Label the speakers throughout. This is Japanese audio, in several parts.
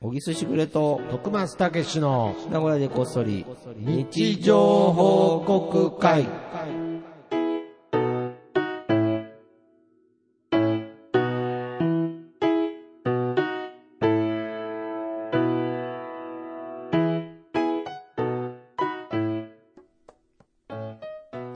Speaker 1: 小木すしぐれと、
Speaker 2: 徳松たけしの
Speaker 1: 名古屋でこっそり、
Speaker 2: 日常報告会。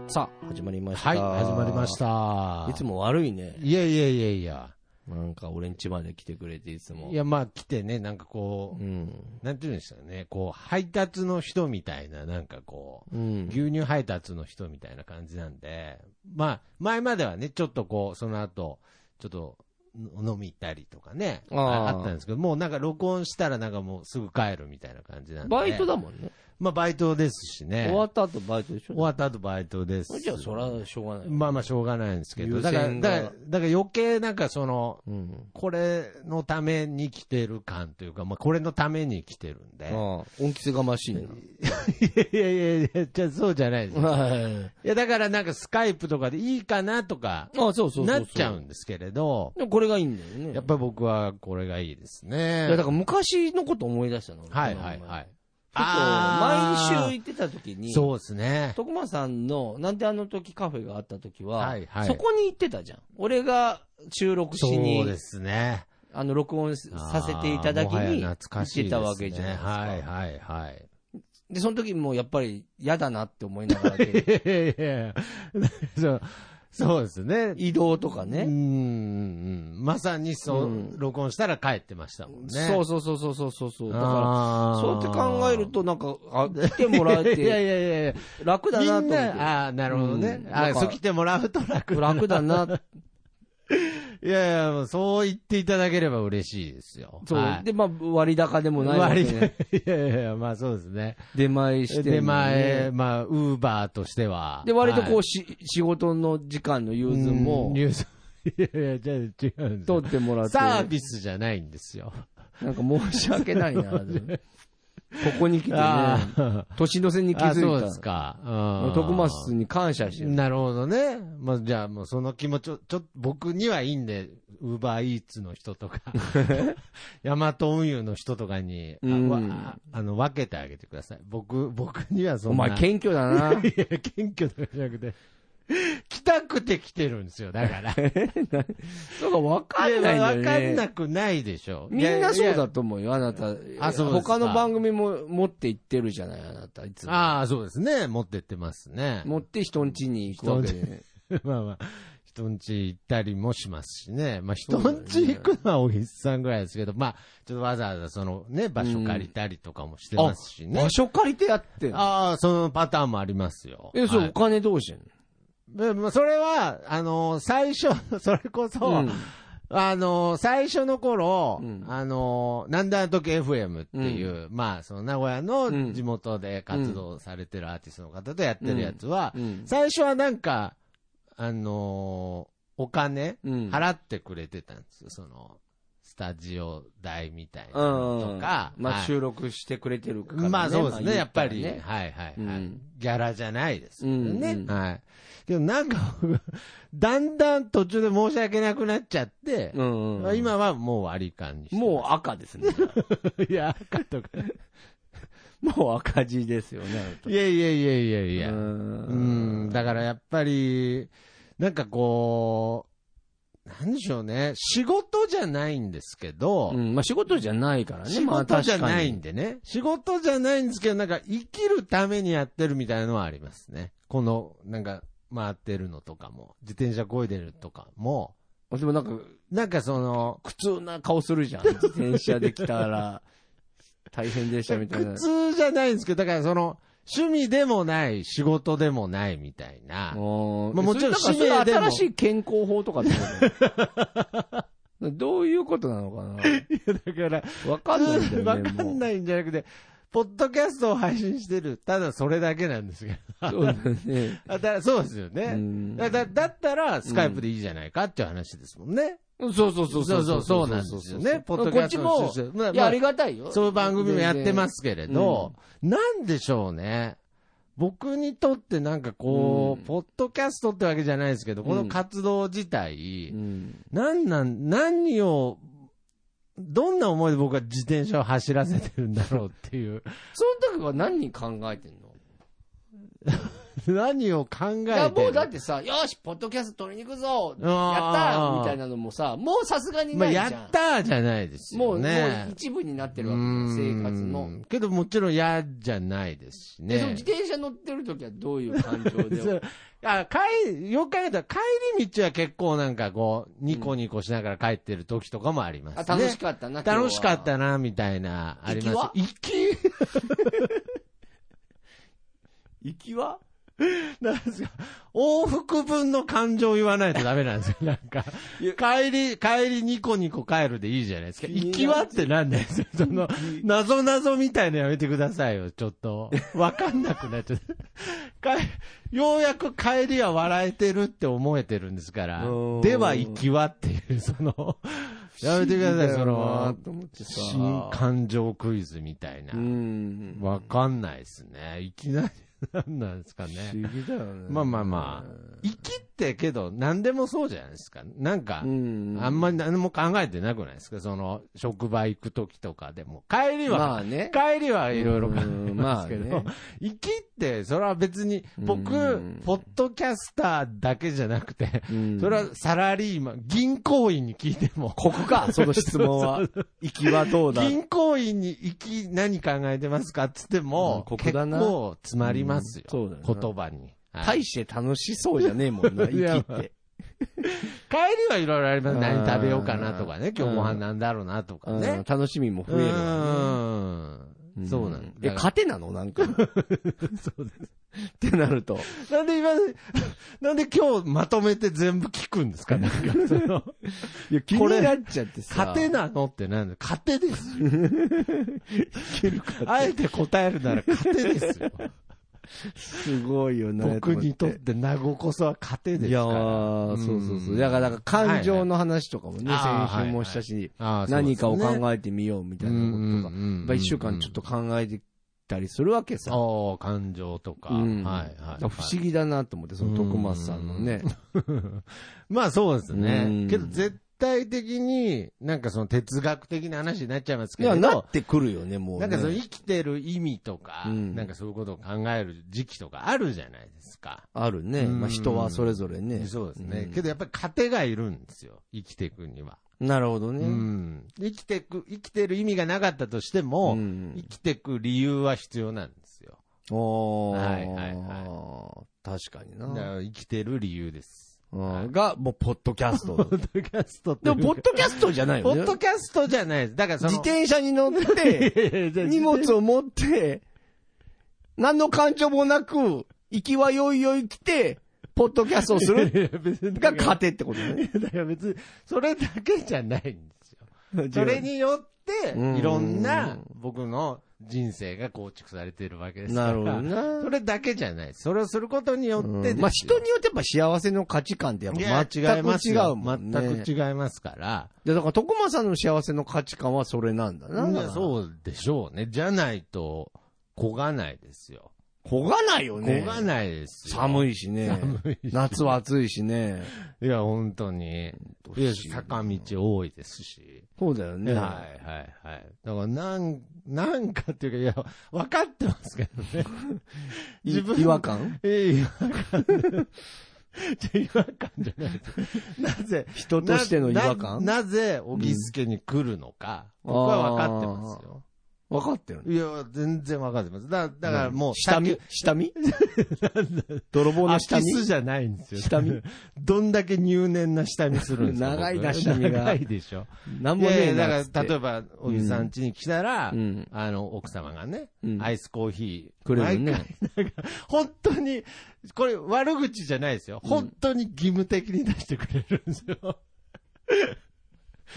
Speaker 1: さあ、始まりました。
Speaker 2: はい、始まりました。
Speaker 1: いつも悪いね。
Speaker 2: いやいやいやいや。
Speaker 1: なんか俺ん家まで来てくれて、いつも。
Speaker 2: いや、まあ来てね、なんかこ
Speaker 1: う
Speaker 2: う、
Speaker 1: ん。
Speaker 2: なんていうんですかね、こう、配達の人みたいな、なんかこ
Speaker 1: う
Speaker 2: う、
Speaker 1: ん。
Speaker 2: 牛乳配達の人みたいな感じなんで、まあ、前まではね、ちょっとこう、その後、ちょっと、飲み行ったりとかね、
Speaker 1: あー
Speaker 2: ああったんですけど、もうなんか録音したらなんかもうすぐ帰るみたいな感じなんで。
Speaker 1: バイトだもんね。
Speaker 2: まあバイトですしね。
Speaker 1: 終わった後バイトでしょ
Speaker 2: 終わった後バイトです。
Speaker 1: じゃあ、そら、しょうがない。
Speaker 2: まあまあしょうがないんですけど、
Speaker 1: 優
Speaker 2: だから、
Speaker 1: 先
Speaker 2: だ
Speaker 1: が
Speaker 2: から、だから余計なんかその、
Speaker 1: うん。
Speaker 2: これのために来てる感というか、まあこれのために来てるんで。
Speaker 1: ああ、恩着せがましいな。
Speaker 2: いやいやいや、じゃあそうじゃないです。い
Speaker 1: はい。
Speaker 2: やだからなんかスカイプとかでいいかなとか、
Speaker 1: ああ、そうそうそうそう。
Speaker 2: なっちゃうんですけれど、
Speaker 1: でもこれがいいんだよね。
Speaker 2: やっぱり僕はこれがいいですね。
Speaker 1: いやだから昔のこと思い出したの。
Speaker 2: はいはいはい。
Speaker 1: ちょっと、
Speaker 2: あー
Speaker 1: 毎週行ってた時に、
Speaker 2: そうですね。
Speaker 1: 徳間さんの、なんであの時カフェがあった時は、
Speaker 2: はいはい
Speaker 1: そこに行ってたじゃん。俺が収録し
Speaker 2: そう
Speaker 1: に
Speaker 2: で、すね。
Speaker 1: あの、録音させていただき
Speaker 2: あーもは
Speaker 1: に、
Speaker 2: や
Speaker 1: 行
Speaker 2: 懐か
Speaker 1: っ
Speaker 2: しい
Speaker 1: て
Speaker 2: です
Speaker 1: た
Speaker 2: ね
Speaker 1: わけじゃないですか。
Speaker 2: はいはいはい。
Speaker 1: で、その時もやっぱり嫌だなって思いながらで
Speaker 2: いやいやいやそうそうですね。
Speaker 1: 移動とか
Speaker 2: う
Speaker 1: ね。
Speaker 2: んうんまさにそう、
Speaker 1: うん
Speaker 2: 録音したら帰ってましたもんね。
Speaker 1: そうそうそうそうそうそうそう。だから、
Speaker 2: あー
Speaker 1: そうやって考えると、なんか、あ来てもらえ
Speaker 2: いやい
Speaker 1: て
Speaker 2: やいやいや
Speaker 1: 楽だ
Speaker 2: み
Speaker 1: なと思っ
Speaker 2: ん
Speaker 1: て。
Speaker 2: な、ああー、なるほどね。
Speaker 1: うん
Speaker 2: あ
Speaker 1: なん
Speaker 2: あ
Speaker 1: か
Speaker 2: そう来てもらうと楽。
Speaker 1: 楽だなって
Speaker 2: いやいや、もうそう言っていただければ嬉しいですよ。
Speaker 1: そう。
Speaker 2: はい、
Speaker 1: で、まあ、割高でもないわけ
Speaker 2: 割
Speaker 1: で、
Speaker 2: り、
Speaker 1: ね。
Speaker 2: いやいやいや、まあそうですね。
Speaker 1: 出前してるのに
Speaker 2: で、前、まあ、ウーバーとしては。
Speaker 1: で、割とこ
Speaker 2: は
Speaker 1: うし、仕事の時間の
Speaker 2: い
Speaker 1: 融通
Speaker 2: う
Speaker 1: も
Speaker 2: ん、ユーズ。 いやいや、じゃあ違うんですよ
Speaker 1: 取ってもらって、
Speaker 2: サービスじゃないんですよ。
Speaker 1: なんか申し訳ない な、でもここに来てね、
Speaker 2: あ
Speaker 1: 年の瀬に
Speaker 2: ー
Speaker 1: 気
Speaker 2: あ、そう
Speaker 1: づ
Speaker 2: で
Speaker 1: い
Speaker 2: す
Speaker 1: た。
Speaker 2: か。
Speaker 1: 徳
Speaker 2: に
Speaker 1: 松に感謝してる。
Speaker 2: なるほどね。まあ、じゃあもうその気持ちを、ちょっと僕にはいいんで、ウーバーイーツの人 とか、ヤマト運輸の人とかに、あ
Speaker 1: うん
Speaker 2: わああの分けてあげてください。僕、僕にはそ
Speaker 1: お
Speaker 2: んな。
Speaker 1: 前謙虚だな。
Speaker 2: いや、謙虚とかじゃなくて、来たくて来てるんですよ、だから。
Speaker 1: そうか、わかんないんだよね。
Speaker 2: 分かんなくないでしょ。
Speaker 1: みんなそう
Speaker 2: いや
Speaker 1: だと思うよ、あなた。
Speaker 2: あそうですか
Speaker 1: 他の番組も持って行ってるじゃない、あなた、いつ
Speaker 2: い
Speaker 1: も。
Speaker 2: やああ、そうですね。持ってってますね。
Speaker 1: 持って人ん家に行くわけで、ね。
Speaker 2: まあまあ、人んち行ったりもしますしね。まあ人んち行くのはおひつさんぐらいですけど、まあ、ちょっとわざわざそのね、場所借りたりとかもしてますしね
Speaker 1: 場。所借りてやってんの
Speaker 2: ああ、そのパターンもありますよ。
Speaker 1: え、そう、
Speaker 2: は
Speaker 1: お
Speaker 2: い
Speaker 1: 金どうしてんの
Speaker 2: でもそれは、あの、最初、 それこ そ、
Speaker 1: うん
Speaker 2: あの、最初の頃、
Speaker 1: うん
Speaker 2: あの、なんだあの時 FM っていう、まあ、その名古屋
Speaker 1: うん
Speaker 2: の地元で活動されてるアーティストの方とやってるやつは、
Speaker 1: うん
Speaker 2: 最初はなんか、あのお金
Speaker 1: うん
Speaker 2: 払ってくれてたんですよ、その、スタジオ代みたいなのとか、
Speaker 1: ま
Speaker 2: は
Speaker 1: あ
Speaker 2: い
Speaker 1: 収録してくれてるからね。
Speaker 2: まあそうですね、やっぱり、
Speaker 1: 言
Speaker 2: はい
Speaker 1: たらね
Speaker 2: はいはい、
Speaker 1: うん
Speaker 2: ギャラじゃないですけどね、
Speaker 1: うんうん
Speaker 2: はい。けどなんか 僕、だんだん途中で申し訳なくなっちゃって、
Speaker 1: うんうん。
Speaker 2: 今はもう割り勘にして
Speaker 1: もう赤 ですね。
Speaker 2: う、いや、赤 とか。
Speaker 1: もう赤字ですよね。
Speaker 2: いやいやいやいやいうや、うん、
Speaker 1: ん。
Speaker 2: だからやっぱり、なんかこう、なんでしょうね、仕事じゃないんですけど、
Speaker 1: うん。まあ仕事じゃないからね。
Speaker 2: 仕
Speaker 1: まあ
Speaker 2: 事じゃないん
Speaker 1: 確
Speaker 2: でね。仕事じゃないんですけど、なんか生きるためにやってるみたいなのはありますね。この、なんか回ってるのとかも、自転車こいでるとかも、
Speaker 1: かにでもなんか、
Speaker 2: なんかその、
Speaker 1: 苦痛な顔するじゃん。 自転車で来たら、大変でしたみたいな
Speaker 2: 苦。痛じゃないんですけど、だからその、趣味でもない、仕事でもないみたいな。
Speaker 1: も
Speaker 2: まあもちろん
Speaker 1: それだから
Speaker 2: 使命でも
Speaker 1: 新しい健康法とかってこと どういうことなのかな
Speaker 2: だから、
Speaker 1: わかんないんだよね。
Speaker 2: わかん
Speaker 1: い。
Speaker 2: ないんじゃなくて、ポッドキャストを配信してる、ただそれだけなんですけど。
Speaker 1: そうだね。
Speaker 2: あだ そうですよね。
Speaker 1: うん
Speaker 2: だだだったら、スカイプでいいじゃないかっていう話ですもんね。
Speaker 1: そうそうそう
Speaker 2: そうそう、そうなんですよね。ポッドキャスト
Speaker 1: こっちも、
Speaker 2: も、まあ
Speaker 1: いや、
Speaker 2: まあ
Speaker 1: ありがたいよ。
Speaker 2: そういう番組もやってますけれど、なんでしょうね。僕にとってなんかこ
Speaker 1: うん
Speaker 2: う、ポッドキャストってわけじゃないですけど、こ
Speaker 1: う
Speaker 2: の
Speaker 1: ん
Speaker 2: 活動自
Speaker 1: 全
Speaker 2: 体、
Speaker 1: 然。
Speaker 2: なんなん、何を、どんな思いで僕は自転車を走らせてるんだろうっていう。
Speaker 1: その時は何に考えてんの
Speaker 2: 何を考え
Speaker 1: い
Speaker 2: て、
Speaker 1: や、もうだっててさ、よし、ポッドキャスト取りに行くぞや
Speaker 2: や
Speaker 1: ったーみたいなのもさ、もうさすがにな
Speaker 2: まあ、
Speaker 1: いじゃ
Speaker 2: や
Speaker 1: ん。
Speaker 2: ったーじゃないです
Speaker 1: も
Speaker 2: よ
Speaker 1: う、
Speaker 2: ね。
Speaker 1: もう一部になってるわ
Speaker 2: う
Speaker 1: け生
Speaker 2: ん
Speaker 1: 活の。。
Speaker 2: けどもちろん嫌じゃないですし
Speaker 1: で、その
Speaker 2: ね
Speaker 1: 自。転車乗ってる時はどういう感情
Speaker 2: そ
Speaker 1: で
Speaker 2: うあ帰りよく考えたら帰り道は結構なんかこう、ニコニコしながら帰ってる時とかもあります
Speaker 1: あ
Speaker 2: ね。
Speaker 1: 楽しかったな、今日は
Speaker 2: 楽しかっ。たな、みたいな、あります。
Speaker 1: 行き行きは
Speaker 2: なんですか往復分の感情を言わないとダメな んですよ。なんか、帰り、帰りニコニコ帰るでいいじゃないですか。
Speaker 1: 気になる
Speaker 2: 行きはってなんないですよ。その、謎謎みたいなのやめてくださいよ、ちょっと。わかんなくなっちゃう。 かようやく帰りは笑えてるって思えてるんですから
Speaker 1: うん。
Speaker 2: では行きはっていう、その、やめてください、その、
Speaker 1: と思ってさ。
Speaker 2: 新感情クイズみたいな
Speaker 1: う。ん。
Speaker 2: わかんないですね。いきなり、なんなんですかね。
Speaker 1: 不思議だよね。
Speaker 2: まあまあまあ、生きってけど、何でもそうじゃないですか。なんか
Speaker 1: う、ん。
Speaker 2: あんまり何も考えてなくないですか、その、職場行く時とかでも。帰り
Speaker 1: ま
Speaker 2: は、
Speaker 1: あね。
Speaker 2: 帰りはいろいろ考えますけ
Speaker 1: うん
Speaker 2: ど、
Speaker 1: まあね
Speaker 2: 生きって、それは別に、僕
Speaker 1: うん、
Speaker 2: ポッドキャスターだけじゃなくて、
Speaker 1: うん
Speaker 2: それはサラリーマン、銀行員に聞いても、
Speaker 1: ここ か、その質問は。行きはどうだ
Speaker 2: 銀行員に行き、何考えてますかっつっても、
Speaker 1: うんここ
Speaker 2: 結
Speaker 1: だな
Speaker 2: 構詰まりますよ、
Speaker 1: うんそうだよな
Speaker 2: 言葉に。はい
Speaker 1: 大して楽しそうじゃねえもんな、
Speaker 2: いや
Speaker 1: 生きって。
Speaker 2: 帰りはいろいろあります。
Speaker 1: うん
Speaker 2: 何食べようかなとかね。今日ご飯なんだろうなとか
Speaker 1: うん
Speaker 2: ね。
Speaker 1: 楽しみも増
Speaker 2: う
Speaker 1: えるわ
Speaker 2: ん。
Speaker 1: ね。
Speaker 2: そうなん
Speaker 1: え、
Speaker 2: だ。
Speaker 1: 糧なのなん か。そうです。ってなると。
Speaker 2: な んで今、なんで今日まとめて全部聞くんですかね。その
Speaker 1: いや、気
Speaker 2: これ
Speaker 1: になっちゃってさ。
Speaker 2: 糧なのってなんだ糧ですよ。あえて答えるなら糧で すよ。
Speaker 1: すごいよね。
Speaker 2: 僕にとっ
Speaker 1: 思
Speaker 2: て名護こそは糧
Speaker 1: て。
Speaker 2: で
Speaker 1: い
Speaker 2: すか
Speaker 1: や
Speaker 2: ら。
Speaker 1: ーそうそうそうう。
Speaker 2: ん
Speaker 1: だから、なんか感情の話とかもね、
Speaker 2: はいはい
Speaker 1: 先週もしたし、
Speaker 2: あーそうで
Speaker 1: 何
Speaker 2: す
Speaker 1: か
Speaker 2: ね
Speaker 1: を考えてみようみたいなこととか。やっぱ一週間ちょっと。考えてたりするわけさ。
Speaker 2: ああ、感情とか。はい
Speaker 1: うん
Speaker 2: は
Speaker 1: だ
Speaker 2: い
Speaker 1: から。不思議だなと思って、その徳松さんのね。
Speaker 2: まあそうです
Speaker 1: う
Speaker 2: ね
Speaker 1: ん。
Speaker 2: けど絶対的に、なんかその哲学的な話になっちゃいます
Speaker 1: い
Speaker 2: け
Speaker 1: や、
Speaker 2: ど、
Speaker 1: なってくるよね、もう
Speaker 2: な
Speaker 1: ね。
Speaker 2: んかその生きてる意味とか、
Speaker 1: うん
Speaker 2: なんかそういうことを考える時期とかあるじゃないですか。
Speaker 1: あるね。
Speaker 2: うん
Speaker 1: まあ人はそれぞれね。
Speaker 2: そうですね。
Speaker 1: うん
Speaker 2: けどやっぱり糧がいるんですよ。生きていくには。
Speaker 1: なるほど
Speaker 2: う
Speaker 1: ね。
Speaker 2: ん。生きてく、生きてる意味がなかったとしても、
Speaker 1: ん
Speaker 2: 生きてく理由は必要なんですよ。
Speaker 1: おー
Speaker 2: はいはいは
Speaker 1: 確かに
Speaker 2: だか
Speaker 1: な。
Speaker 2: ら生きてる理由です。
Speaker 1: うんが、もう、ポッドキャ スト。
Speaker 2: ポッドキャストって
Speaker 1: で
Speaker 2: いう
Speaker 1: も、ポッドキャストじゃない
Speaker 2: ポ
Speaker 1: よ
Speaker 2: ッ
Speaker 1: ね。
Speaker 2: ドキャストじゃないです。だからその
Speaker 1: 自、転車に乗って、荷物を持って、何の感情もなく、行きはよいよい来て、ポッドキャストを する
Speaker 2: る
Speaker 1: が勝てってことね。
Speaker 2: だから別に、それだけじゃないんですよ。 それによって
Speaker 1: うん、
Speaker 2: いろんな僕の人生が構築されているわけですか
Speaker 1: な
Speaker 2: ら。
Speaker 1: るほどな
Speaker 2: そ。れだけじゃないです。それをすることによってですよ、
Speaker 1: うんまあ人によってやっぱ幸せの価値観ってやっ
Speaker 2: いや
Speaker 1: ぱ
Speaker 2: 違い
Speaker 1: 全く
Speaker 2: ます
Speaker 1: 違
Speaker 2: よ
Speaker 1: うもんね。
Speaker 2: 全く違いますから。
Speaker 1: で、だから、徳間さんの幸せの価値観はそれなんだな。
Speaker 2: いやそうでしょうね。じゃないと、焦がないですよ。
Speaker 1: 焦がないよね。
Speaker 2: 焦がないですよ。
Speaker 1: 寒
Speaker 2: い。
Speaker 1: いしね。
Speaker 2: 寒いし
Speaker 1: 夏は暑いし ね。
Speaker 2: いや、本当に。いや、坂道多いですし。
Speaker 1: そうだよね。
Speaker 2: はいはいはい。だから、なん、なんかっていうか、いや、分かってますけどね。
Speaker 1: い
Speaker 2: 自分
Speaker 1: 違和感
Speaker 2: ええ、違和感。じゃ違和感 じゃない です。なぜ、
Speaker 1: 人としての違和感
Speaker 2: ななぜ、おぎすけに来るのか、
Speaker 1: うん
Speaker 2: 僕は分かってますよ。
Speaker 1: 分かってるね
Speaker 2: いや、全然分かってます。だだからもう、
Speaker 1: 下見下 見泥棒
Speaker 2: ア
Speaker 1: の下
Speaker 2: キ
Speaker 1: 見
Speaker 2: スじゃないんですよ。
Speaker 1: 下 見
Speaker 2: どんだけ入念な下見するんですか
Speaker 1: 長いな
Speaker 2: 僕
Speaker 1: 下見が
Speaker 2: 長いでしょ。
Speaker 1: なん
Speaker 2: い
Speaker 1: もね
Speaker 2: やい
Speaker 1: え
Speaker 2: や、
Speaker 1: な
Speaker 2: だ
Speaker 1: っつっ
Speaker 2: か
Speaker 1: て
Speaker 2: ら、例えば、おじさん家に来たら、
Speaker 1: うん。
Speaker 2: あの、奥様がね、
Speaker 1: うん
Speaker 2: アイスコーヒー。
Speaker 1: くれるね
Speaker 2: 毎回なんか本当に、これ悪口じゃないですよ。
Speaker 1: うん
Speaker 2: 本当に義務的に出してくれるんですよ。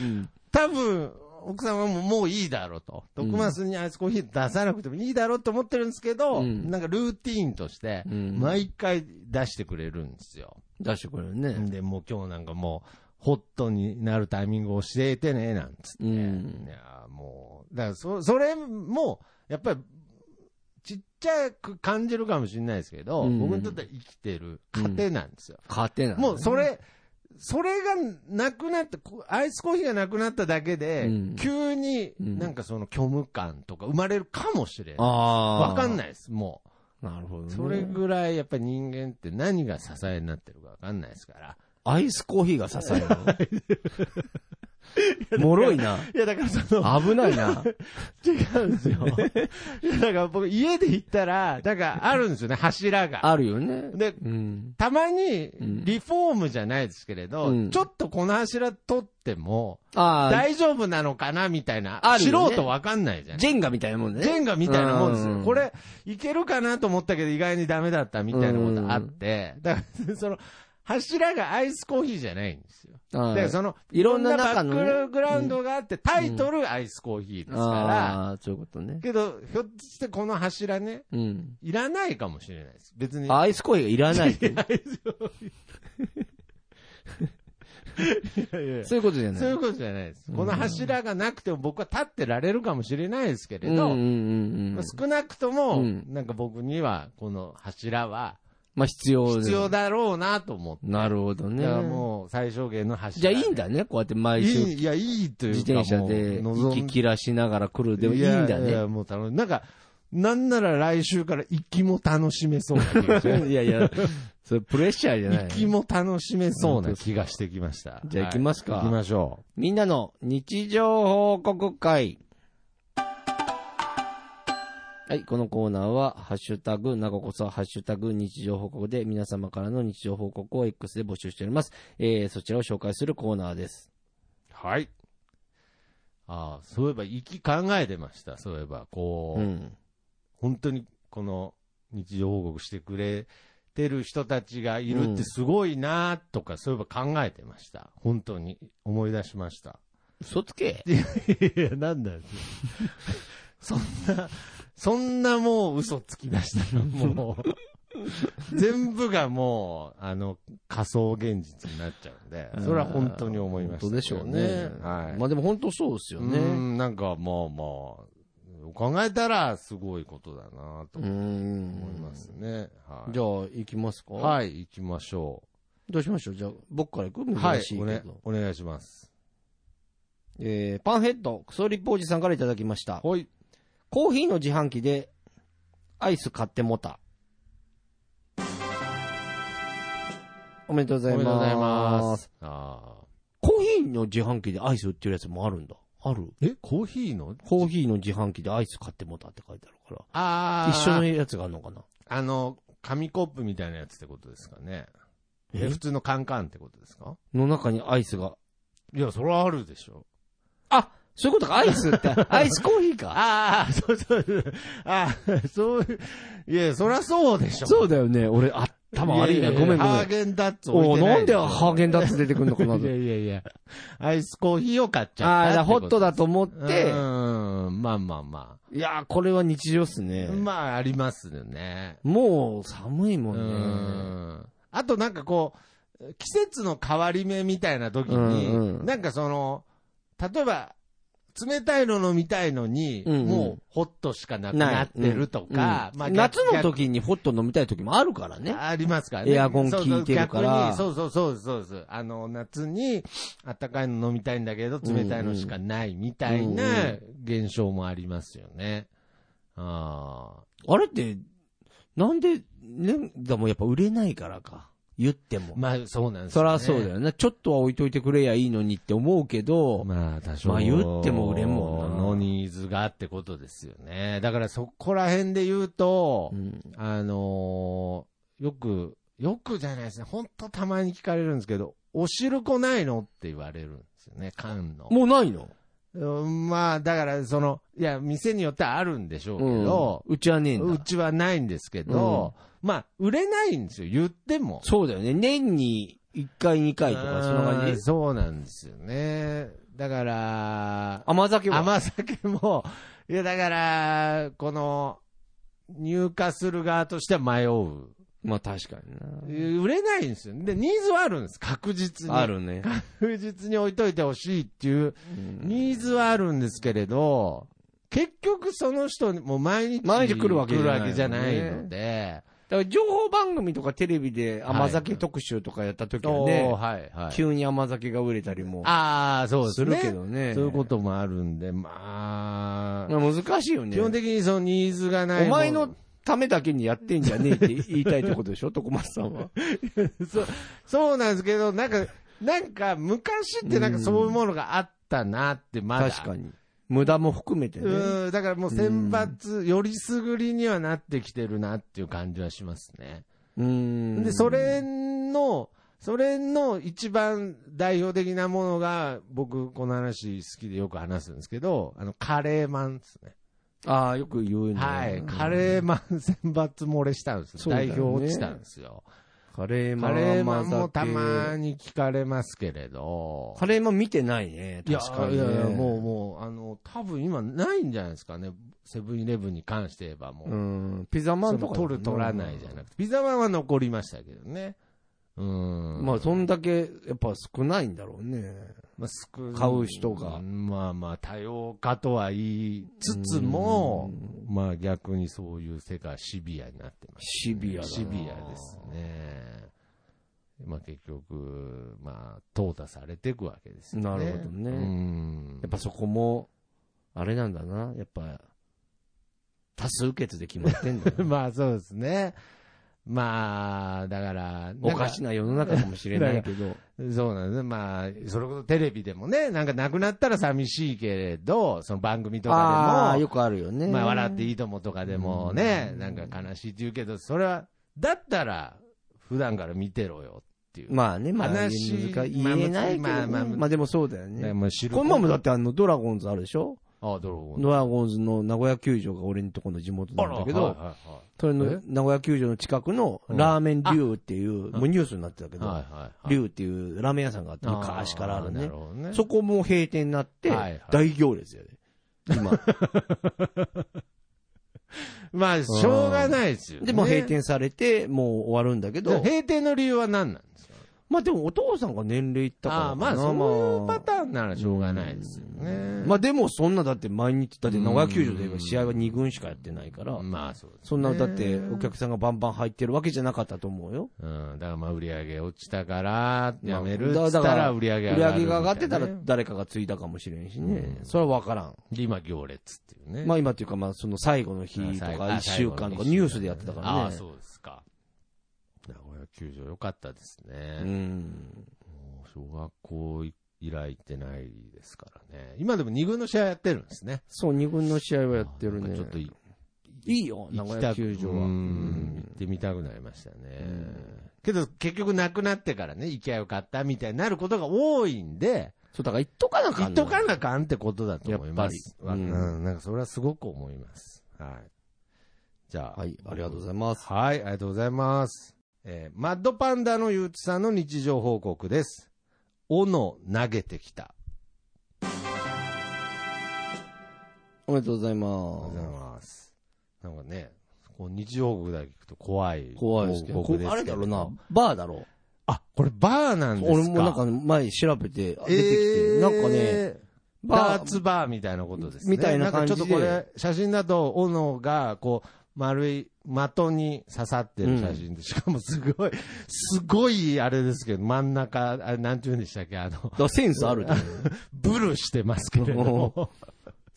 Speaker 1: うん
Speaker 2: 多分、奥様ももういいだろうと。
Speaker 1: うん
Speaker 2: 徳松にアイスコーヒー出さなくてもいいだろうと思ってるんですけど、
Speaker 1: うん
Speaker 2: なんかルーティーンとして、
Speaker 1: うん
Speaker 2: 毎回出してくれるんですよ。
Speaker 1: 出してくれるね。
Speaker 2: で、もう今日なんかもう、ホットになるタイミングを教えてね、なんつって。
Speaker 1: うん
Speaker 2: いや、もう、だからそ、それも、やっぱり、ちっちゃく感じるかもしれないですけど、
Speaker 1: うん
Speaker 2: 僕にとっては生きてる糧なんですよ。
Speaker 1: 勝てない。
Speaker 2: もうそれ、それがなくなった、こアイスコーヒーがなくなっただけで、
Speaker 1: うん
Speaker 2: 急に
Speaker 1: うん
Speaker 2: なんかその虚無感とか生まれるかもしれん。
Speaker 1: あ
Speaker 2: わ
Speaker 1: あ。。
Speaker 2: かんないいです、も
Speaker 1: なるほど
Speaker 2: う。
Speaker 1: ね。
Speaker 2: それぐらいやっぱり人間って何が支えになってるかわかんないですから。
Speaker 1: アイスコーヒーが支 えるのもろいな。
Speaker 2: いやだからその、
Speaker 1: 危ないな。
Speaker 2: 違うんですよ。 いやだから僕家で行ったら、だからあるんですよね、柱が。
Speaker 1: あるよね。
Speaker 2: で
Speaker 1: うん。
Speaker 2: たまに
Speaker 1: ん
Speaker 2: リフォームじゃないですけれど、
Speaker 1: うん
Speaker 2: ちょっとこの柱取っても
Speaker 1: ああ、
Speaker 2: 大丈夫なのかなみたいな、
Speaker 1: ある
Speaker 2: 素
Speaker 1: よね
Speaker 2: 人わかんないじゃん。
Speaker 1: ジェンガみたいなもんね。
Speaker 2: ジェンガみたいなもんです
Speaker 1: う
Speaker 2: よ。
Speaker 1: ん
Speaker 2: これ、いけるかなと思ったけど、意外にダメだったみたいなことあって、だから、その、柱がアイスコーヒーじゃないんですよ。だ
Speaker 1: は
Speaker 2: か
Speaker 1: い
Speaker 2: ら、その、
Speaker 1: いろんな
Speaker 2: バ
Speaker 1: 中のね
Speaker 2: ックグラウンドがあって、タイトルアイスコーヒーですから、
Speaker 1: ああ、そういうことね。
Speaker 2: けど、ひょっとしてこの柱ね、
Speaker 1: うん。
Speaker 2: いらないかもしれないです。別に。
Speaker 1: アイスコーヒーがいらないって。
Speaker 2: いやいや
Speaker 1: そういうことじゃない。
Speaker 2: そういうことじゃないです。この柱がなくても僕は立ってられるかもしれないですけれ
Speaker 1: うんうん
Speaker 2: ど、
Speaker 1: うん
Speaker 2: ま
Speaker 1: うん。
Speaker 2: あ少なくとも、
Speaker 1: うん
Speaker 2: なんか僕には、この柱は
Speaker 1: まあ必要で
Speaker 2: 必要だろうなと思って。
Speaker 1: なるほどね
Speaker 2: だから。もう最小限の柱。
Speaker 1: じゃあいいんだね、こうやって毎
Speaker 2: い
Speaker 1: 週
Speaker 2: い、いや、いいという
Speaker 1: 自
Speaker 2: か
Speaker 1: 転車で
Speaker 2: もう望ん
Speaker 1: 息切らしながら来るでもいいんだ
Speaker 2: やいや、
Speaker 1: ね。
Speaker 2: もう楽しい。なんか、なんなら来週から行きも楽しめそうな気がし
Speaker 1: いやいや、それプレッシャーじゃな
Speaker 2: 行き
Speaker 1: い。
Speaker 2: も楽しめそうな気がしてきました。
Speaker 1: じゃあ行きますか
Speaker 2: はい行きましょ
Speaker 1: みんなの日常報告会。はい、このコーナーは、ハッシュタグ、なごこそ、ハッシュタグ、日常報告で、皆様からの日常報告を X で募集しております。えー、そちらを紹介するコーナーです。
Speaker 2: う。はい。ああ、そういえば、行き考えてました。そういえば、こ
Speaker 1: う
Speaker 2: う、
Speaker 1: ん。
Speaker 2: 本当にこの日常報告してくれてる人たちがいるってすごいなとか、そういえば考えてました。本当に思い出しました。
Speaker 1: 嘘つけ。
Speaker 2: いや、なんだよ。そんな、そんなもう嘘つきましたら、もう。全部がもう、あの、仮想現実になっちゃうんで、それは本当に思いました、
Speaker 1: 本当でしょうね。
Speaker 2: はい。
Speaker 1: まあでも本当そうですよ
Speaker 2: う
Speaker 1: ね。
Speaker 2: ん、なんかもう、もう、考えたらすごいことだなと
Speaker 1: う
Speaker 2: 思い
Speaker 1: ん
Speaker 2: ますね。はい。
Speaker 1: じゃあ、行きますか
Speaker 2: はい、行きましょ
Speaker 1: どうしましょうじゃあ、僕から行く
Speaker 2: う。は
Speaker 1: 珍
Speaker 2: い
Speaker 1: しい、けど。
Speaker 2: お,、ね、お願いします。
Speaker 1: えー、パンヘッド、クソリップおじさんからいただきました。
Speaker 2: はい。
Speaker 1: コーヒーの自販機で、アイス買ってもた。おめでとうご
Speaker 2: お
Speaker 1: ざ
Speaker 2: め
Speaker 1: い
Speaker 2: でとうござい
Speaker 1: ま。
Speaker 2: ますす。ああ。
Speaker 1: コーヒーの自販機でアイス売ってるやつもあるんだ。ある
Speaker 2: え、コーヒーの
Speaker 1: コーヒーの自販機でアイス買ってもたって書いてあるか
Speaker 2: あ
Speaker 1: ら。
Speaker 2: あ。
Speaker 1: 一緒のやつがあるのかな
Speaker 2: あの、紙コップみたいなやつってことですかね。
Speaker 1: え
Speaker 2: え普通のカンカンってことですか
Speaker 1: の中にアイスが。
Speaker 2: いや、それはあるでしょ。
Speaker 1: あそういうことか、アイス って、アイスコーヒーか。
Speaker 2: ああ、そうそう。ああ、そういう、いや、そりゃそうでしょ。
Speaker 1: そうだよね。俺、頭悪いな。
Speaker 2: やや
Speaker 1: ごめんごめん。
Speaker 2: ハーゲンダッツ
Speaker 1: お
Speaker 2: 置い
Speaker 1: お
Speaker 2: てない。
Speaker 1: なんでハーゲンダッツ出てくるのか な
Speaker 2: ンいやいやいや。アイスコーヒーを買っち
Speaker 1: あ
Speaker 2: ゃ
Speaker 1: あ、だから
Speaker 2: ったって
Speaker 1: ホ
Speaker 2: こ
Speaker 1: ッ
Speaker 2: と
Speaker 1: トだと思っ
Speaker 2: う
Speaker 1: て、
Speaker 2: ーん、まあまあま
Speaker 1: いやー、これは日常っすね
Speaker 2: あ。。まあ、ありますよね。
Speaker 1: もう寒いも
Speaker 2: うん
Speaker 1: ね。
Speaker 2: ん。あとなんかこう、季節の変わり目みたいな時に、
Speaker 1: うんうん
Speaker 2: なんかその、例えば、冷たいの飲みたいのに、
Speaker 1: うんうん
Speaker 2: もうホットしかなくなってるとか、
Speaker 1: うん
Speaker 2: まあ
Speaker 1: 夏の。
Speaker 2: 逆
Speaker 1: 時にホット飲みたい時もあるからね
Speaker 2: 逆。ありますからね。
Speaker 1: エアコン効いてるから
Speaker 2: そうそう逆にそうそうそうそうです。あの、夏に、暖かいの飲みたいんだけど、冷たいのしかないみたいな現象もありますよね。ああ。
Speaker 1: あれって、なんで、ね、だもやっぱ売れないからか。言っても。
Speaker 2: まあ、そうなんです
Speaker 1: そりゃそうだよね。ちょっとは置いといてくれやいいのにって思うけど、
Speaker 2: まあ、多少。
Speaker 1: まあ言っても売れんもんな
Speaker 2: のニーズがってことですよね。だからそこら辺で言うと、
Speaker 1: うん
Speaker 2: あのーよく、よくじゃないですね。ほんとたまに聞かれるんですけど、お汁粉ないのって言われるんですよね、缶の。
Speaker 1: もうないの
Speaker 2: うんまあ、だから、その、いや、店によってはあるんでしょうけ
Speaker 1: うん
Speaker 2: ど、
Speaker 1: うちはねえ
Speaker 2: うん
Speaker 1: だ。
Speaker 2: ちはないんですけど、まあ、売れないんですよ、言っても。
Speaker 1: そうだよね。年に1回2回とか、そんな感じ
Speaker 2: うんそうなんですよね。だから、
Speaker 1: 甘酒は
Speaker 2: 甘酒も、いやだから、この、入荷する側としては迷う。
Speaker 1: まあ確かに
Speaker 2: 売れないんですよ。で、ニーズはあるんです。確実に。
Speaker 1: な。あ。るね。
Speaker 2: 確実に置いといてほしいっていう、ニーズはあるんですけれど、結局その人にもう毎日
Speaker 1: 毎日来るわけじゃない
Speaker 2: 来るわけじゃないので、
Speaker 1: だから情報番組とかテレビで甘酒特集とかやった時は
Speaker 2: おー
Speaker 1: ね、
Speaker 2: はい、はい。
Speaker 1: 急に甘酒が売れたりも
Speaker 2: ああ、そうですすね。
Speaker 1: るけどね。
Speaker 2: そういうこともあるんで、まあ、
Speaker 1: まあ難しいよね。
Speaker 2: 基本的にそのニーズがな
Speaker 1: お
Speaker 2: いもの。
Speaker 1: 前のためだけにやってんじゃねえって言いたいってことでしょ、徳松さんは。
Speaker 2: そう、そうなんですけど、なんか、なんか昔ってなんかそういうものがあったなって、 まだ。
Speaker 1: 確かに。無駄も含めてね。
Speaker 2: うん、だからもう選抜、よりすぐりにはなってきてるなっていう感じはしますね。
Speaker 1: うん。
Speaker 2: で、それの、それの一番代表的なものが、僕、この話好きでよく話すんですけど、あの、カレーマンですね。
Speaker 1: ああ、よく言うね。
Speaker 2: はい。カ
Speaker 1: ー。
Speaker 2: レーマン選抜漏れしたんです
Speaker 1: そ
Speaker 2: よ。
Speaker 1: うだよ
Speaker 2: 代
Speaker 1: ね
Speaker 2: 表落ちたんですよ。
Speaker 1: カレーマ
Speaker 2: カ
Speaker 1: ン。
Speaker 2: レーマンもたま
Speaker 1: に。
Speaker 2: に聞かれますけれど。
Speaker 1: カレーマン見てないね。
Speaker 2: いや
Speaker 1: 確か、
Speaker 2: い
Speaker 1: に、ね。
Speaker 2: やいや、もう、もう、あの、多分今ないんじゃないですかね。セブンイレブンに関して言えばもう。
Speaker 1: うん。ピザマンとか。
Speaker 2: 取る取らないじゃな
Speaker 1: くて。
Speaker 2: くて、ピザマンは残りましたけどね。うん。
Speaker 1: まあ、そんだけ、やっぱ少ないんだろうね。
Speaker 2: まあ少ない
Speaker 1: 買う人が
Speaker 2: まあまあ、多様化とは言いつつも、まあ逆にそういう世界はシビアになってます。
Speaker 1: シビアだな
Speaker 2: シビアです。ね。まあ結局、まあ、淘汰されていくわけですよね。
Speaker 1: なるほどね
Speaker 2: うん。
Speaker 1: やっぱそこも、あれなんだな。やっぱ、多数決で決まってん だな。
Speaker 2: まあそうですね。まあ、だから、
Speaker 1: おかしな世の中かもしれないけど。
Speaker 2: そうなんですね。まあ、それこそテレビでもね、なんか亡くなったら寂しいけれど、その番組と
Speaker 1: あ
Speaker 2: か
Speaker 1: あ、
Speaker 2: で
Speaker 1: よ
Speaker 2: も、
Speaker 1: くあるよね。
Speaker 2: まあ、笑っていいともとかでもね、なんか悲しいって言うけど、それは、だったら、普段から見てろよっていう。
Speaker 1: まあね、まあ、難
Speaker 2: 話
Speaker 1: しい言えないけどね、
Speaker 2: ま
Speaker 1: ま
Speaker 2: あ
Speaker 1: あ
Speaker 2: まあ
Speaker 1: でもそうだよ
Speaker 2: ね、
Speaker 1: ね。
Speaker 2: もう知る
Speaker 1: このままだってあの、ドラゴンズあるでしょ
Speaker 2: あ、ドラゴン
Speaker 1: ドラゴンズの名古屋球場が俺のとこの地元なんだけ
Speaker 2: はい
Speaker 1: ど、
Speaker 2: はいはい
Speaker 1: それ
Speaker 2: え
Speaker 1: の名古屋球場の近くの
Speaker 2: うん
Speaker 1: ラーメン龍っていう、もうニュースになってたけ
Speaker 2: は
Speaker 1: ど、
Speaker 2: いはいはい。
Speaker 1: 龍っていうラーメン屋さんがあって、
Speaker 2: あー
Speaker 1: 昔からある
Speaker 2: な
Speaker 1: ね
Speaker 2: る。ほどね。
Speaker 1: そこも閉店になって
Speaker 2: はいはい、
Speaker 1: 大行列やで。今。
Speaker 2: まあ、しょうがないですよね。
Speaker 1: で、もう閉店されて、もう終わるんだけ
Speaker 2: じゃあ。
Speaker 1: ど、
Speaker 2: 閉店の理由は何なんですか
Speaker 1: まあでもお父さんが年齢いったからか
Speaker 2: あ
Speaker 1: な。
Speaker 2: あ、まあ、そういうパタ
Speaker 1: ーン。
Speaker 2: ーンならしょうがないですよね。
Speaker 1: まあでもそんなだって毎日、だって名古屋球場で言えば試合は2軍しかやってないから、
Speaker 2: まあそうですね
Speaker 1: そんなだってお客さんがバンバン入ってるわけじゃなかったと思うよ。
Speaker 2: うん、だからまあ売り上げ落ちたから、やめるっ
Speaker 1: まあ
Speaker 2: つ
Speaker 1: だ
Speaker 2: っ
Speaker 1: だ
Speaker 2: た
Speaker 1: から
Speaker 2: ら売り上
Speaker 1: 売
Speaker 2: げ
Speaker 1: り
Speaker 2: 上
Speaker 1: 上
Speaker 2: がる
Speaker 1: げが上がってたら
Speaker 2: みいなね
Speaker 1: 誰かが継いだかもしれんしね。それは分からん。
Speaker 2: で今行列っていうね。
Speaker 1: まあ今っていうかまあその最後の日とか
Speaker 2: あ
Speaker 1: 1週間とか
Speaker 2: 最後の一週間
Speaker 1: ニュースでやってたからね。
Speaker 2: ああ、そうですか。名古屋球場良かったです
Speaker 1: う
Speaker 2: ね。
Speaker 1: ん。
Speaker 2: もう小学校以来行ってないですからね。今でも2軍の試合やってるんですね。
Speaker 1: そう、2軍の試合はやってる
Speaker 2: な
Speaker 1: ね。
Speaker 2: んかちょっとい
Speaker 1: いいよ、名古屋球場は。
Speaker 2: う
Speaker 1: うんん
Speaker 2: 行ってみたくなりましたね
Speaker 1: ん。
Speaker 2: けど結局なくなってからね、行きゃよかったみたいになることが多いんで、
Speaker 1: そう、だから行っとかなあか
Speaker 2: 言っ
Speaker 1: んの
Speaker 2: とかなかんってことだと思います。
Speaker 1: やっぱり
Speaker 2: うん
Speaker 1: うん
Speaker 2: うんなんかそれはすごく思います。はい。じゃあ。
Speaker 1: はい、ありがとうございます。
Speaker 2: はい、ありがとうございます。えーマッドパンダのゆうちさんの日常報告です。斧投げてきた。
Speaker 1: おめでとうござい
Speaker 2: ありが
Speaker 1: ま
Speaker 2: とうござい
Speaker 1: す。
Speaker 2: ます。なんかね、こう日常報告だけ聞くと怖い。
Speaker 1: 怖いですけど、
Speaker 2: 報告です
Speaker 1: こあれ
Speaker 2: け
Speaker 1: だ
Speaker 2: ど
Speaker 1: ろうな。、バーだろ
Speaker 2: あ、これバーなん
Speaker 1: う。
Speaker 2: ですか
Speaker 1: 俺もなんか、前調べて、あ出てきて、
Speaker 2: えー
Speaker 1: なんかね、、
Speaker 2: ダ
Speaker 1: バ
Speaker 2: ー
Speaker 1: ー、
Speaker 2: ツバーみたいなことですね。
Speaker 1: みたいな感じで
Speaker 2: んかちょっとこれ、写真だと、斧が、こう、丸い的に刺さってる写真で、しかもすごい、すごい、あれですけど、真ん中、あれ、なんて言うんでしたっけ、あの、
Speaker 1: だからセンスあるね。
Speaker 2: ブルしてますけれど も。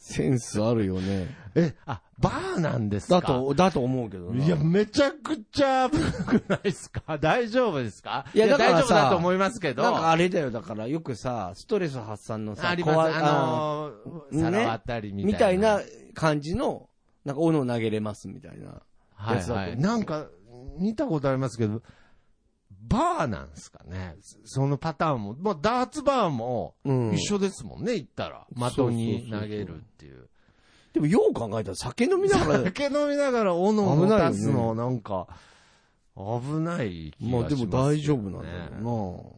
Speaker 1: センスあるよね。
Speaker 2: え、あ、バーなんですか
Speaker 1: だ。と、だと思うけどな。
Speaker 2: いや、めちゃくちゃ危なくないですか 大丈夫ですか
Speaker 1: いやだから
Speaker 2: 大丈夫だ
Speaker 1: さ
Speaker 2: と思いますけど。
Speaker 1: なんかあれだよ、だからよくさ、ストレス発散のさ、
Speaker 2: あります。
Speaker 1: 怖い
Speaker 2: あのー、
Speaker 1: ね
Speaker 2: 皿割ったりみたい
Speaker 1: み
Speaker 2: な。
Speaker 1: たいな感じの、なんか斧投げれますみたいな。
Speaker 2: はい
Speaker 1: やつだと
Speaker 2: は
Speaker 1: 思
Speaker 2: い、
Speaker 1: う
Speaker 2: なんか、見たことありますけど、バーなんですかね。そのパターンも。まあ、ダーツバーも
Speaker 1: うん
Speaker 2: 一緒ですもんね、行ったら。的
Speaker 1: そうそうそうそう
Speaker 2: に投げるっていう。
Speaker 1: でもよう考えたら酒飲みながら、
Speaker 2: 酒飲みながら斧を
Speaker 1: 危ないよね
Speaker 2: 出すの、なんか、危ない気
Speaker 1: まあ
Speaker 2: がし
Speaker 1: で
Speaker 2: ますけどね、
Speaker 1: も大丈夫なんだよ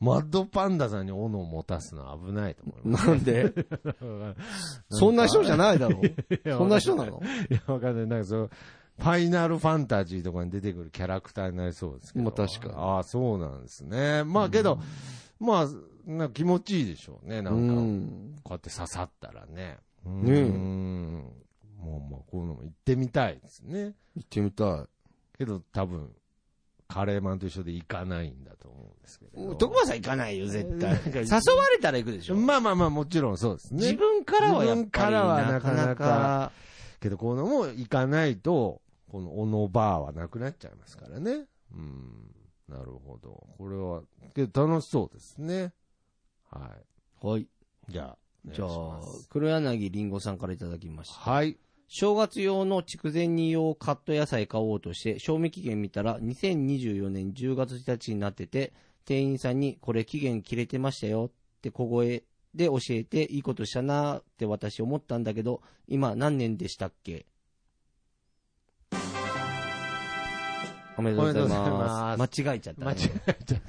Speaker 2: マッドパンダさんに斧を持たすのは危ないと思いま
Speaker 1: な。
Speaker 2: す。
Speaker 1: なんでそんな人じゃないだろう。そんな人なの
Speaker 2: いや、わかんない。なんかその、ファイナルファンタジーとかに出てくるキャラクターになりそうですけど。
Speaker 1: まあ確かに
Speaker 2: ああ、そうなんですね。まあけど、まあ、なんか気持ちいいでしょうね。な
Speaker 1: うん
Speaker 2: か、
Speaker 1: ん。
Speaker 2: こうやって刺さったらね。う
Speaker 1: ねえ
Speaker 2: ん。もう、まあ、こういうのも行ってみたいですね。
Speaker 1: 行ってみたい。
Speaker 2: けど多分、カレーマンと一緒で行かないんだと思うんですけれど。
Speaker 1: 徳間さん行かないよ、絶対。
Speaker 2: えーなんか
Speaker 1: 誘われたら行くでしょ。
Speaker 2: まあまあまあ、もちろんそうですね。
Speaker 1: 自分からはやっぱり
Speaker 2: 自分からはなかなか。けど、このもう行かないと、このオノバーはなくなっちゃいますからね。うん。なるほど。これは、けど楽しそうですね。は
Speaker 1: はい。
Speaker 2: い。じゃあ、お願い
Speaker 1: じゃあ
Speaker 2: します、
Speaker 1: 黒柳りんごさんからいただきました。
Speaker 2: はい。
Speaker 1: 正月用の筑前煮用カット野菜買おうとして、賞味期限見たら2024年10月1日になってて、店員さんにこれ期限切れてましたよって小声で教えていいことしたなーって私思ったんだけど、今何年でしたっけおめでとうござい
Speaker 2: おめでとうござい
Speaker 1: ま。
Speaker 2: ます
Speaker 1: 間違えちゃった、
Speaker 2: 間
Speaker 1: ね。
Speaker 2: 違えちゃっ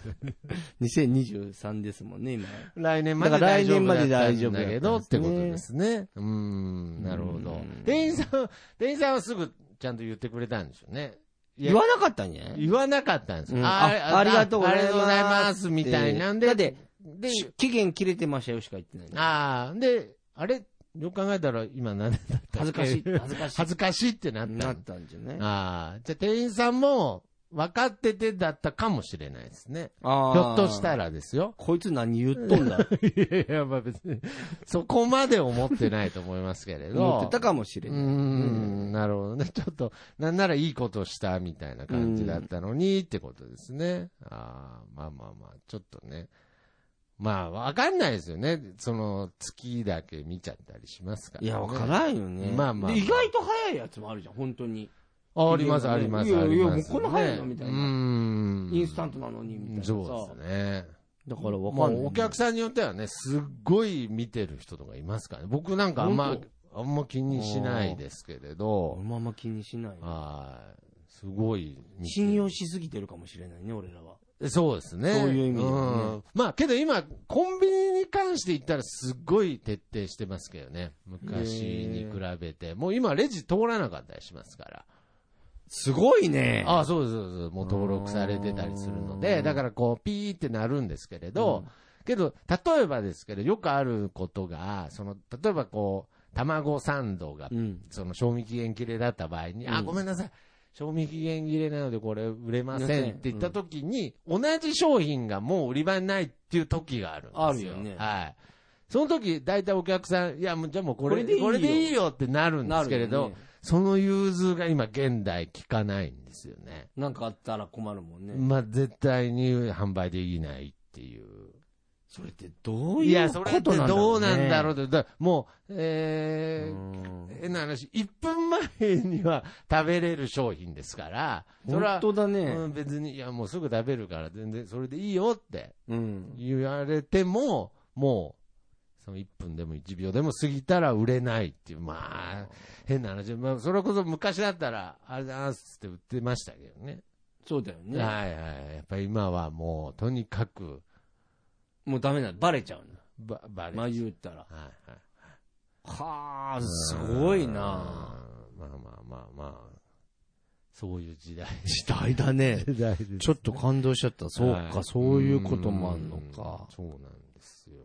Speaker 1: 2023ですもんね、今。
Speaker 2: た。 来年まで
Speaker 1: だから
Speaker 2: 大
Speaker 1: 来
Speaker 2: 丈
Speaker 1: 年
Speaker 2: 夫
Speaker 1: ま
Speaker 2: だ
Speaker 1: で
Speaker 2: った
Speaker 1: 大丈夫
Speaker 2: ん
Speaker 1: だった
Speaker 2: だ
Speaker 1: んですね
Speaker 2: けどってことですね。うーん、なるほ
Speaker 1: う
Speaker 2: ど
Speaker 1: ん。
Speaker 2: 店員さん、店員さんはすぐちゃんと言ってくれたんでしょうね。いや
Speaker 1: 言わなかったんじゃない
Speaker 2: 言わなかったんですよ、
Speaker 1: うん
Speaker 2: あ
Speaker 1: あありがとうございます
Speaker 2: ありがとうございますみたいなんで。
Speaker 1: だって
Speaker 2: で、
Speaker 1: 期限切れてましたよしか言ってない。
Speaker 2: ああ、で、あれ、よく考えたら今何年だった
Speaker 1: 恥
Speaker 2: っ
Speaker 1: ず
Speaker 2: け
Speaker 1: かしい、恥ずかしい。
Speaker 2: 恥ずかしいってなったんだ
Speaker 1: なったんじゃない
Speaker 2: ああ、じゃあ店員さんも分かっててだったかもしれないですね。
Speaker 1: あー
Speaker 2: ひょっとしたらです よ。
Speaker 1: こいつ何言っとんだって
Speaker 2: いやいや、まあ別に、そこまで思ってないと思いますけれど。
Speaker 1: 思ってたかもしれ
Speaker 2: うー
Speaker 1: ない。
Speaker 2: ん、なるほどね。 ちょっと、なんならいいことしたみたいな感じだったのにってことですね。ああ、まあまあまあ、ちょっとね。まあ、わかんないですよね。その、月だけ見ちゃったりしますから、
Speaker 1: い
Speaker 2: ね。
Speaker 1: や、わからんよね。
Speaker 2: まあまあ
Speaker 1: で意外と早いやつもあるじゃん、本当に。
Speaker 2: ああります、あります、あります、
Speaker 1: いやいやもうこんな早いのみたいな
Speaker 2: うーん。
Speaker 1: インスタントなのに、みたいなさ。
Speaker 2: そうですね。
Speaker 1: だからわ
Speaker 2: ま
Speaker 1: か
Speaker 2: あ、
Speaker 1: んない。
Speaker 2: お客さんによってはね、すっごい見てる人とかいますからね。僕なんかあんま
Speaker 1: 本、
Speaker 2: あんま気にしないですけれど
Speaker 1: 俺。もあんま気にしない。
Speaker 2: はい。すごい見てる。
Speaker 1: 信用しすぎてるかもしれないね、俺らは。
Speaker 2: そうですね。
Speaker 1: そういう意味でね
Speaker 2: んまあ、けど今、コンビニに関して言ったらすっごい徹底してますけどね。昔に比べて。もう今、レジ通らなかったりしますから。
Speaker 1: すごいね
Speaker 2: ああ、そうですそうです。もう登録されてたりするの
Speaker 1: う
Speaker 2: で、
Speaker 1: ん
Speaker 2: だからこう、ピーってなるんですけれど、
Speaker 1: うん
Speaker 2: けど、例えばですけど、よくあることが、その、例えばこう、卵サンドが
Speaker 1: うん。
Speaker 2: その賞味期限切れだった場合に、
Speaker 1: う
Speaker 2: あ、
Speaker 1: ん
Speaker 2: ごめんなさい。賞味期限切れなのでこれ売れませんって言った時に、同じ商品がもう売り場にないっていう時があるんですよ。
Speaker 1: あるよね
Speaker 2: はい。その時、大体お客さん、いや、もうじゃあもうこ
Speaker 1: これ
Speaker 2: れ
Speaker 1: でいいよ
Speaker 2: これでいいよってなるんですけれ
Speaker 1: な
Speaker 2: ど、
Speaker 1: るよね
Speaker 2: その融通が今現代効かないんですよね。
Speaker 1: なんかあったら困るもんね。
Speaker 2: まあ、絶対に販売できないっていう。
Speaker 1: それってどう
Speaker 2: い
Speaker 1: いう
Speaker 2: や、
Speaker 1: こ
Speaker 2: それって
Speaker 1: となんだろうね。
Speaker 2: どうなんだろう
Speaker 1: う
Speaker 2: って、だからもう、えー、
Speaker 1: ん
Speaker 2: 変な話、1分前には食べれる商品ですから、それ
Speaker 1: 本
Speaker 2: は、
Speaker 1: 当だ
Speaker 2: う
Speaker 1: ね。
Speaker 2: ん、別に、いや、もうすぐ食べるから、全然それでいいよって
Speaker 1: うん。
Speaker 2: 言われても、もう、その1分でも1秒でも過ぎたら売れないっていう、まあ、変な話、まあ、それこそ昔だったら、あれだなっつって売ってましたけどね。
Speaker 1: そうだよね。
Speaker 2: はいはい。やっぱり今はもう、とにかく、
Speaker 1: もうダメだ。バレちゃうの。
Speaker 2: ば、ばれ、
Speaker 1: まあ
Speaker 2: はい
Speaker 1: 言ったら。
Speaker 2: はい。
Speaker 1: はあ、すごいな
Speaker 2: うんまあまあまあまあ、そういう時 代。
Speaker 1: 時代だね。
Speaker 2: 時代です
Speaker 1: ちょっと感動しちゃった。そう
Speaker 2: は
Speaker 1: か、そういうこともあんのか
Speaker 2: うん。そうなんですよ。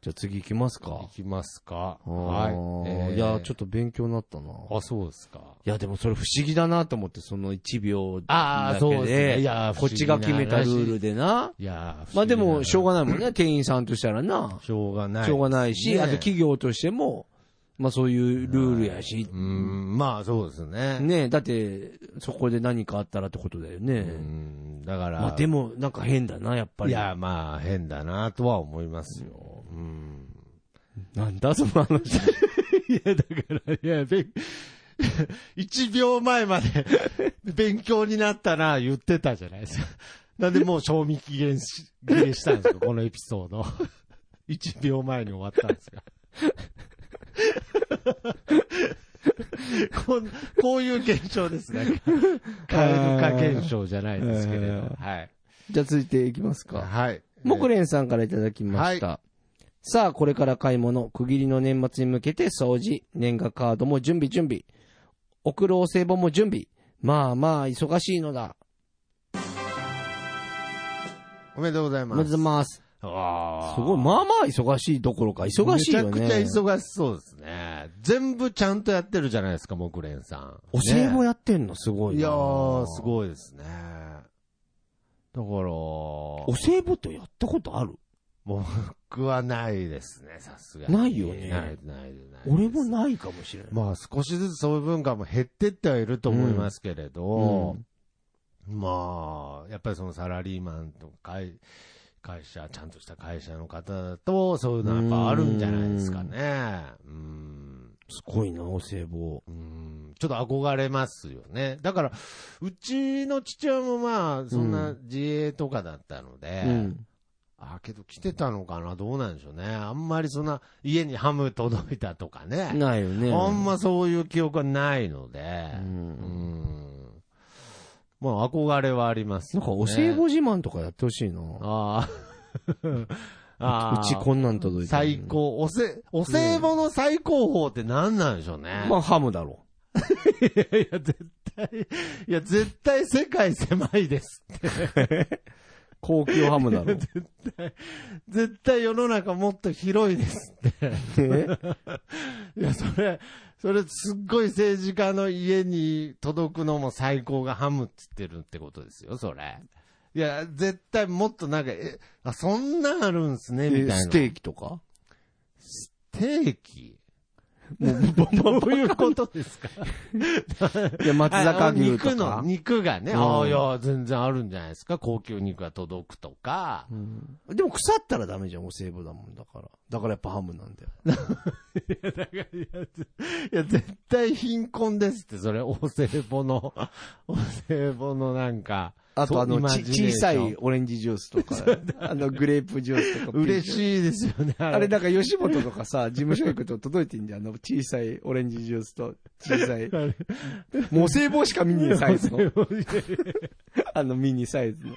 Speaker 1: じゃあ次行きます
Speaker 2: い
Speaker 1: か。
Speaker 2: きますか。
Speaker 1: はい。いや、ちょっ
Speaker 2: っ
Speaker 1: と勉強になったな。い
Speaker 2: あ、そうですか。
Speaker 1: や、でもそれ不思議だなと思って、その1秒
Speaker 2: あ
Speaker 1: だ
Speaker 2: あ、そう
Speaker 1: け
Speaker 2: ですね。
Speaker 1: で、
Speaker 2: いや、
Speaker 1: こっちが決めたルー
Speaker 2: ル。
Speaker 1: ルでな。
Speaker 2: いや、
Speaker 1: まあでも、しょう
Speaker 2: が、
Speaker 1: がないもんね、店員さんとしたらな。
Speaker 2: しょうがない。
Speaker 1: しょうがないし、
Speaker 2: ね
Speaker 1: あと企業としても、まあそういうルールやし、
Speaker 2: うん、まあそうですね。
Speaker 1: ねだって、そこで何かあったらってことだよ
Speaker 2: う
Speaker 1: ね。
Speaker 2: ん、だから、
Speaker 1: まあでも、なんか変だな、やっぱ
Speaker 2: い
Speaker 1: り。
Speaker 2: や、まあ変だなとは思いますよ。うん。
Speaker 1: なんだその話。
Speaker 2: いや、だ から、いや、べん、1秒前まで 勉強になったな、言ってたじゃないですか。なんでもう賞味期限し切れしたんですか、このエピソード。1秒前に終わったんですか。こんこういう現象ですね。カエル化現象じゃないですけれど。はい。
Speaker 1: じゃあ続いていきますか。
Speaker 2: はい。
Speaker 1: モクレンさんからいただきました。さあ、これから買い物、区切りの年末に向けて掃除、年賀カードも準備準備、送るお歳暮も準備、まあまあ忙しいのだ。
Speaker 2: おめでとうござい
Speaker 1: ま
Speaker 2: ます。
Speaker 1: ずます。
Speaker 2: わあ
Speaker 1: すごい、まあまあ忙しいどころか、忙しいよね。
Speaker 2: めちゃくちゃ忙しそうですね。ね、全部ちゃんとやってるじゃないですか、木蓮さん。
Speaker 1: お歳暮
Speaker 2: ね
Speaker 1: やってんのすごい
Speaker 2: い
Speaker 1: な。
Speaker 2: やー、す
Speaker 1: い。
Speaker 2: ごいですね。だから、
Speaker 1: お歳暮ってやったことある
Speaker 2: 僕はないですね、さすがに。
Speaker 1: ないよね
Speaker 2: ない、ない、ない。
Speaker 1: 俺もないかもしれない。
Speaker 2: まあ少しずつそういう文化も減ってってはいると思いますけれど、まあ、やっぱりそのサラリーマンとかい、会社、ちゃんとした会社の方と、そういうのはやっぱあるんじゃないですかね。うん。
Speaker 1: すごいな、お歳暮。
Speaker 2: うんちょっと憧れますよね。だから、うちの父親もまあ、そんな自営とかだったので、
Speaker 1: うん。
Speaker 2: あ、けど来てたのかなどうなんでしょうね。あんまりそんな、家にハム届いたとかね。
Speaker 1: ないよね。
Speaker 2: あんまそういう記憶はないので、
Speaker 1: う。
Speaker 2: うんん。まあ、憧れはあります、
Speaker 1: な
Speaker 2: ね。
Speaker 1: んか、お歳暮
Speaker 2: ね、
Speaker 1: 自慢とかやってほしいな。
Speaker 2: あーあ ー。
Speaker 1: うちこんなん届いた。
Speaker 2: 最。高、おせ、お歳暮の最高峰って何なんでしょうね。
Speaker 1: まあ、ハムだろ
Speaker 2: いやいや、絶対、いや、絶対世界狭いです。
Speaker 1: う。高級ハム だろう。
Speaker 2: 絶対世の中もっと広いですって。
Speaker 1: え
Speaker 2: いや、それ、それすっごい政治家の家に届くのも最高がハムっつってるってことですよ、それ。いや、絶対もっとなんか、え、あ、そんなんあるんすね、みたい
Speaker 1: え
Speaker 2: な。
Speaker 1: ステーキとか
Speaker 2: ステー キ
Speaker 1: もう、ボンボン
Speaker 2: どういうことですか
Speaker 1: いや、松坂
Speaker 2: あ
Speaker 1: 牛
Speaker 2: 肉
Speaker 1: とか
Speaker 2: の、。肉がね、
Speaker 1: うん
Speaker 2: ああ、いや、全然あるんじゃないですか、高級肉が届くとか。
Speaker 1: うんでも腐ったらダメじゃん、お歳暮だもんだから。だからやっぱハムなんだよ。
Speaker 2: いや、だから、いや、ぜいや絶対貧困ですって、それ、お歳暮の、 お歳暮のなんか、
Speaker 1: あとあ
Speaker 2: そうイ
Speaker 1: の、
Speaker 2: マ
Speaker 1: ち
Speaker 2: ジネーショ
Speaker 1: 小
Speaker 2: ン
Speaker 1: さいオレンジジュースと か、あの、グレープジュースとか。
Speaker 2: 嬉
Speaker 1: い。
Speaker 2: しいですよね、あ
Speaker 1: あれなんか吉本とかさ、事 務所行くと届いてんじゃん。あの、小さいオレンジジュースと、小さ い。もう聖棒しかミニサイズ の。あの、ミニサイズの。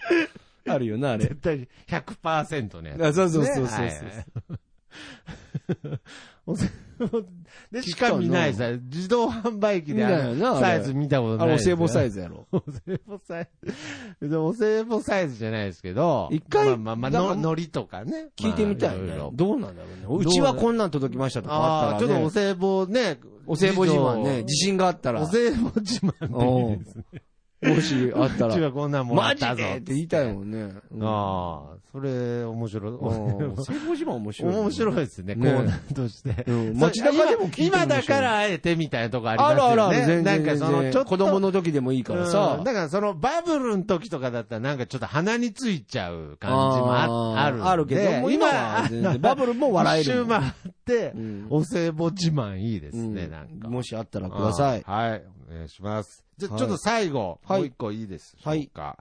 Speaker 1: あるよな、あれ
Speaker 2: 絶。対100%ね。
Speaker 1: あそうそうそうそうそう
Speaker 2: ねはいお歳暮 で、しか見ないさ、自動販売機であ
Speaker 1: 見ないよ
Speaker 2: の
Speaker 1: な
Speaker 2: サ
Speaker 1: あれ
Speaker 2: イズ見たこと
Speaker 1: あ
Speaker 2: ない
Speaker 1: れ、お
Speaker 2: です
Speaker 1: 歳
Speaker 2: よ。
Speaker 1: 暮サイ
Speaker 2: ズ。
Speaker 1: ズやろ。
Speaker 2: お歳暮サイズ。お歳暮サイズじゃないですけど、
Speaker 1: 一回
Speaker 2: まあまあ
Speaker 1: なん
Speaker 2: まあ、
Speaker 1: か
Speaker 2: のりとかね。
Speaker 1: 聞いてみたい
Speaker 2: まあ
Speaker 1: ね
Speaker 2: ろろ。
Speaker 1: どうなんだろうね。うちはこんなん届きましたとかあっ
Speaker 2: ああ、
Speaker 1: た
Speaker 2: ちょっ
Speaker 1: ら
Speaker 2: と
Speaker 1: ね
Speaker 2: お。歳暮ね。
Speaker 1: お歳暮自慢ね。自信があったら。
Speaker 2: お歳暮自慢
Speaker 1: お
Speaker 2: で
Speaker 1: う
Speaker 2: いいですね。
Speaker 1: もしあった
Speaker 2: うち
Speaker 1: ら。
Speaker 2: はこんなんもら
Speaker 1: マ
Speaker 2: っ
Speaker 1: ジ
Speaker 2: たぞ。
Speaker 1: でって言いたいもんね。
Speaker 2: ああ、それ、面白い。
Speaker 1: うん。聖母自慢面白い。
Speaker 2: 面白いですね、コ
Speaker 1: ね
Speaker 2: ーナーとして
Speaker 1: う。ん街中でも聞いても面白い
Speaker 2: 今今だから会えてみたいなとこありま
Speaker 1: あ
Speaker 2: す
Speaker 1: るある
Speaker 2: よ
Speaker 1: あ
Speaker 2: ね。
Speaker 1: る、全然。
Speaker 2: なんかその、ちょっと。
Speaker 1: 子供の時でもいいからさ
Speaker 2: うん。だからそのバブルの時とかだったらなんかちょっと鼻についちゃう感じもああるんで。
Speaker 1: あるけど、もう今は全然、バブルも笑え
Speaker 2: 一
Speaker 1: る
Speaker 2: 周
Speaker 1: もん。
Speaker 2: 回って
Speaker 1: う、ん
Speaker 2: お歳暮自慢いいですね、
Speaker 1: うん
Speaker 2: なんか。
Speaker 1: もしあったらください。
Speaker 2: あはい、お願いします。じゃ、
Speaker 1: はい
Speaker 2: ちょっと最後、
Speaker 1: はい
Speaker 2: もう一個いいですでしょうか。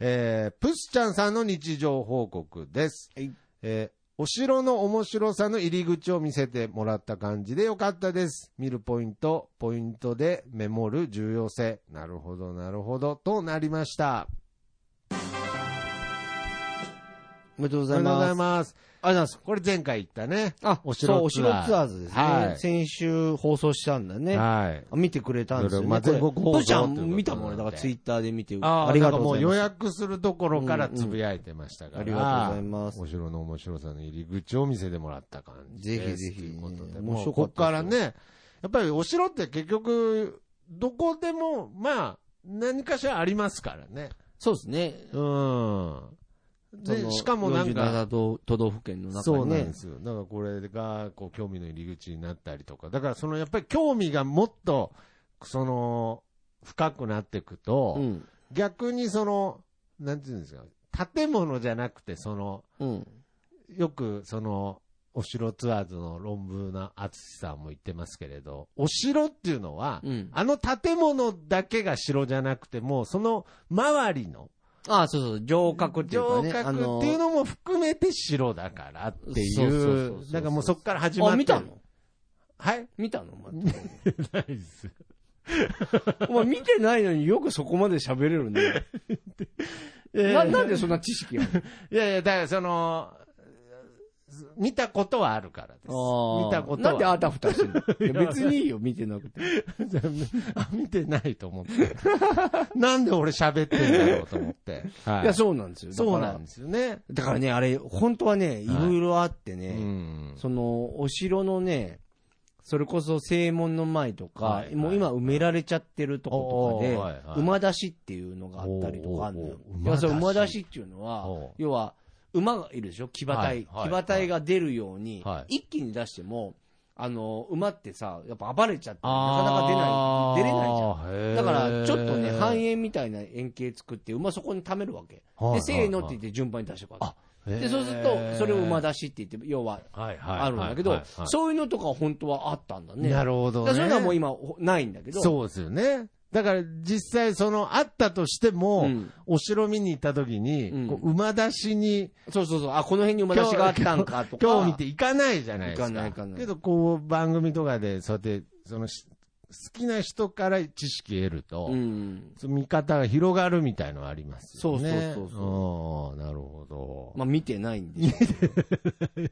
Speaker 2: えー、プスちゃんさんの日常報告です。
Speaker 1: はい
Speaker 2: えーお城の面白さの入り口を見せてもらった感じでよかったです。見るポイント、ポイントでメモる重要性。なるほど、なるほど、となりました。
Speaker 1: おめでとうございます。
Speaker 2: ありがとうございます。ありがとうございます。これ前回言ったね。
Speaker 1: あ、
Speaker 2: お城
Speaker 1: そう、お城
Speaker 2: ツアー
Speaker 1: ツアーズです
Speaker 2: は
Speaker 1: ね。
Speaker 2: い
Speaker 1: 先週放送したんだね。あ
Speaker 2: はい。
Speaker 1: 見てくれたんですよね。
Speaker 2: まあ
Speaker 1: これ
Speaker 2: 全国放送
Speaker 1: 父ちゃん
Speaker 2: ということなんで
Speaker 1: 見たもんね。だからツイッターで見て、
Speaker 2: あ
Speaker 1: あ
Speaker 2: あ
Speaker 1: り
Speaker 2: り
Speaker 1: がと
Speaker 2: がと
Speaker 1: う
Speaker 2: う
Speaker 1: ご
Speaker 2: ご
Speaker 1: ざい
Speaker 2: ざい
Speaker 1: ま。
Speaker 2: ますす。もう予約するところからつぶやいてましたから。
Speaker 1: ありがとうございます
Speaker 2: お。城の面白さの入り口を見せてもらった感じです。
Speaker 1: ぜひぜひ
Speaker 2: ということで。
Speaker 1: 面
Speaker 2: も
Speaker 1: 白
Speaker 2: う
Speaker 1: か
Speaker 2: こ
Speaker 1: っ
Speaker 2: った
Speaker 1: ですよ
Speaker 2: からね、やっぱりお城って結局、どこでも、まあ、何かしらありますからね。
Speaker 1: そうですね。
Speaker 2: うん。
Speaker 1: そ
Speaker 2: で、
Speaker 1: の
Speaker 2: しかもなんか、
Speaker 1: 47都都道府県の中
Speaker 2: そう
Speaker 1: に
Speaker 2: なん
Speaker 1: ね
Speaker 2: で。すよ。だからこれが、こう、興味の入り口になったりとか。だからその、やっぱり興味がもっと、その、深くなっていくと、
Speaker 1: うん。
Speaker 2: 逆にその、なんていうんですか、建物じゃなくて、その、
Speaker 1: うん。
Speaker 2: よくその、お城ツアーズの論文の淳さんも言ってますけれど、お城っていうのは、
Speaker 1: うん。
Speaker 2: あの建物だけが城じゃなくても、その周りの、
Speaker 1: あそうそう、城郭っていうか
Speaker 2: 城
Speaker 1: ね。あ
Speaker 2: 郭
Speaker 1: の
Speaker 2: っていうのも含めて城だからってい
Speaker 1: そうそうそうそう
Speaker 2: う、なんかもうそこから始ま
Speaker 1: あ、
Speaker 2: ってる。
Speaker 1: 見たの
Speaker 2: はい
Speaker 1: 見たのお前
Speaker 2: ないです。
Speaker 1: お前見てないのによくそこまで喋れる ね。ななんでそんな知識がある
Speaker 2: いやいや、だからその、見たことはあるからです。
Speaker 1: の
Speaker 2: 見たことは
Speaker 1: なんであたふたしてんのいや別にいいよ、見てなくて。
Speaker 2: あ見てないと思って。 なんで俺喋ってんだろうと思って。はい
Speaker 1: や、そうなんですよ。だから
Speaker 2: そうなんですよね。
Speaker 1: だからね、あれ、本当はね、いろいろあってね、
Speaker 2: うん。
Speaker 1: その、お城のね、それこそ正門の前とか、
Speaker 2: はいはい
Speaker 1: もう今埋められちゃってるとことかで、
Speaker 2: おーはいはい
Speaker 1: 馬出しっていうのがあったりとかあるのよ
Speaker 2: おーおーお
Speaker 1: だ
Speaker 2: ー。
Speaker 1: からその馬
Speaker 2: 馬
Speaker 1: 出
Speaker 2: 出
Speaker 1: し
Speaker 2: し
Speaker 1: っていうのは
Speaker 2: おー、
Speaker 1: 要は、馬がいるでしょ騎馬
Speaker 2: は
Speaker 1: 隊。
Speaker 2: い
Speaker 1: 騎
Speaker 2: はい
Speaker 1: 馬隊が出るように、
Speaker 2: は
Speaker 1: 一気に出しても、あの、馬ってさ、やっぱ暴れちゃって、なかなか出
Speaker 2: あ
Speaker 1: ない、出れないじゃん。
Speaker 2: ーへー
Speaker 1: だから、ちょっとね、半円みたいな円形作って、馬そこに溜めるわけ。
Speaker 2: はい
Speaker 1: で、せーのっ
Speaker 2: は
Speaker 1: て
Speaker 2: い
Speaker 1: 言って順番に出していくわけ。
Speaker 2: あへー
Speaker 1: で、そうすると、それを馬出しって言って、要は、
Speaker 2: はいはい
Speaker 1: あるんだけ
Speaker 2: はい
Speaker 1: ど
Speaker 2: はいは、い
Speaker 1: そういうのとか本当はあったんだね。
Speaker 2: な
Speaker 1: る
Speaker 2: るほど、
Speaker 1: そ
Speaker 2: ね。
Speaker 1: ういうのはもう今、ないんだけど。
Speaker 2: そうですよね。だから実際そのあったとしても、
Speaker 1: うん
Speaker 2: お城見に行った時に、
Speaker 1: うん
Speaker 2: こう馬出しに
Speaker 1: そうそうそう。あ、この辺に馬出しがあったんかとか。
Speaker 2: 興味って行かないじゃないですか。
Speaker 1: 行かない行かない
Speaker 2: けどこう番組とかでそうやって、そのし好きな人から知識得ると、
Speaker 1: うん。
Speaker 2: その見方が広がるみたいのはありますよね。
Speaker 1: そうそうそう
Speaker 2: そう。なるほど。
Speaker 1: まあ見てないんでしょうけど。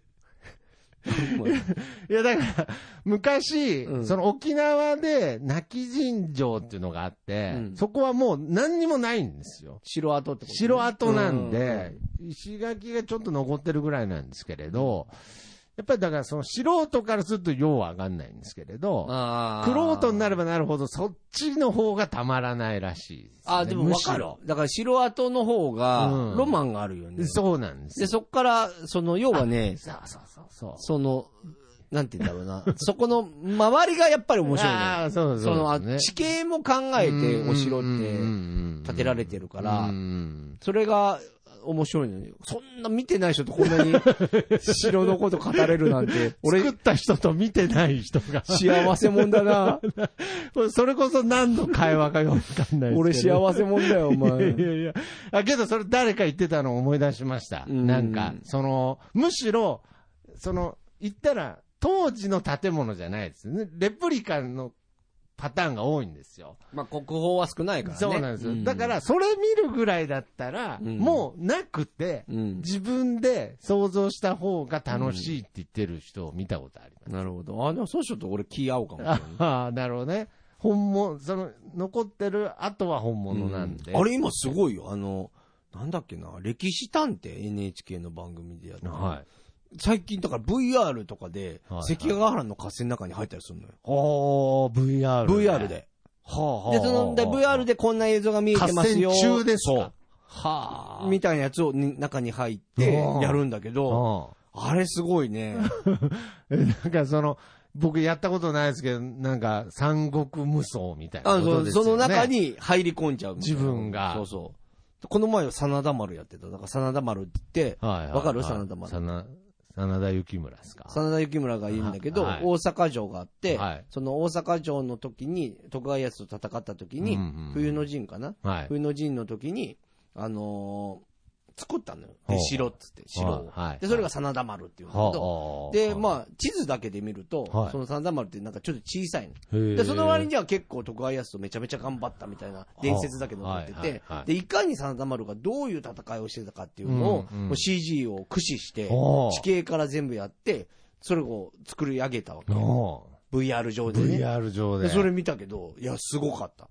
Speaker 2: いや、だから、昔、
Speaker 1: うん
Speaker 2: その沖縄で、泣き人城っていうのがあって、
Speaker 1: うん
Speaker 2: そこはもう何にもないんですよ。
Speaker 1: 城跡ってことね
Speaker 2: 城跡なんで、、石垣がちょっと残ってるぐらいなんですけれど、やっぱりだからその素人からするとようわかんないんですけれ
Speaker 1: うん
Speaker 2: ど、
Speaker 1: ああ。
Speaker 2: クロートになればなるほどそっちの方がたまらないらしいですね、
Speaker 1: あーでも
Speaker 2: む
Speaker 1: わ
Speaker 2: し
Speaker 1: か
Speaker 2: ろ
Speaker 1: る。だから城跡の方が
Speaker 2: う、ん
Speaker 1: ロマンがあるよね。
Speaker 2: そうなんです
Speaker 1: で、
Speaker 2: よ。
Speaker 1: そっから、その、要はね、
Speaker 2: そうそうそうそう。
Speaker 1: その、なんて言うんだろうな。 そこの周りがやっぱり面白いのよ
Speaker 2: ああ、そう
Speaker 1: そ
Speaker 2: そう
Speaker 1: の、あ
Speaker 2: ですね
Speaker 1: 地形も考えてお城って建てられてるから
Speaker 2: うんうんうん
Speaker 1: それが面白いのよ。そんな見てない人とこんなに城のこと語れるなん て、
Speaker 2: 俺
Speaker 1: 俺
Speaker 2: 作った人と見てない人が、
Speaker 1: 幸せもんだ な。
Speaker 2: こ れそれこそ何の会話かよくわかんない
Speaker 1: 俺
Speaker 2: ですけど。
Speaker 1: 幸せもんだよ、お前
Speaker 2: い。やいや。あ、けどそれ誰か言ってたのを思い出しました。
Speaker 1: うん
Speaker 2: なんか、その、むしろ、その、言ったら、当時の建物じゃないですよね。レプリカのパターンが多いんですよ。
Speaker 1: まあ、国宝は少ないからね。
Speaker 2: そうなんですよ。だから、、それ見るぐらいだったら、
Speaker 1: うん
Speaker 2: もうなくて、
Speaker 1: うん。
Speaker 2: 自分で想像した方が楽しいって言ってる人を見たことあります。
Speaker 1: なるほど。あ、でもそうしようと俺気合うかもしれない。
Speaker 2: ああ、なるほどね。本物、その、残ってる後は本物なんで。
Speaker 1: うあれ今すごいよ。あの、なんだっけな、歴史探偵 NHK の番組でやって、
Speaker 2: はい。
Speaker 1: 最近だから VR とかで
Speaker 2: はいは、い
Speaker 1: 関ヶ原の合戦の中に入ったりするのよ。
Speaker 2: おー、VR ね。
Speaker 1: VR で。
Speaker 2: はあはあ。
Speaker 1: で、その、で VR でこんな映像が見えてますよ。
Speaker 2: 合戦中ですか
Speaker 1: はあ。みたいなやつをに中に入って
Speaker 2: うん
Speaker 1: やるんだけど、あれすごい ね。
Speaker 2: うん。なんかその、僕やったことないですけど、なんか、三国無双みたいな
Speaker 1: あ
Speaker 2: こ
Speaker 1: そ
Speaker 2: と
Speaker 1: う
Speaker 2: ですよ
Speaker 1: そ
Speaker 2: ね。
Speaker 1: の中。に入り込んじゃうみたいな。
Speaker 2: 自分が
Speaker 1: そうそう。この前は真田丸やってた。だから真田丸って言って、
Speaker 2: はいはいはい。
Speaker 1: わかる真田丸
Speaker 2: さな真田幸村ですか。
Speaker 1: 真田幸村がいるんだけど、
Speaker 2: はい
Speaker 1: 大阪城があって、
Speaker 2: はい
Speaker 1: その大阪城の時に、徳川家康と戦った時に、
Speaker 2: うんうんうん
Speaker 1: 冬の陣かな、
Speaker 2: はい。
Speaker 1: 冬の陣の時に、あのー作ったのよ。
Speaker 2: ほ
Speaker 1: で、
Speaker 2: う
Speaker 1: 城っつって、城を。
Speaker 2: はいはい
Speaker 1: で、それが真田丸っていうんだけど、
Speaker 2: は
Speaker 1: で、
Speaker 2: あ。
Speaker 1: まあ、地図だけで見ると、
Speaker 2: はい
Speaker 1: その三田丸ってなんかちょっと小さいの。
Speaker 2: で
Speaker 1: で、その割
Speaker 2: に、
Speaker 1: には結構徳川家康とめちゃめちゃ頑張ったみたいな伝説だけ残ってて、
Speaker 2: はいはいはい
Speaker 1: で、いかに真田丸がどういう戦いをしてたかっていうのを、
Speaker 2: うんうん
Speaker 1: もう CG を駆使して、
Speaker 2: おー
Speaker 1: 地形から全部やって、それを作り上げたわけ。
Speaker 2: お
Speaker 1: VR 上
Speaker 2: ー
Speaker 1: でね。
Speaker 2: VR 上で。
Speaker 1: でそれ見たけど、いや、すごかった。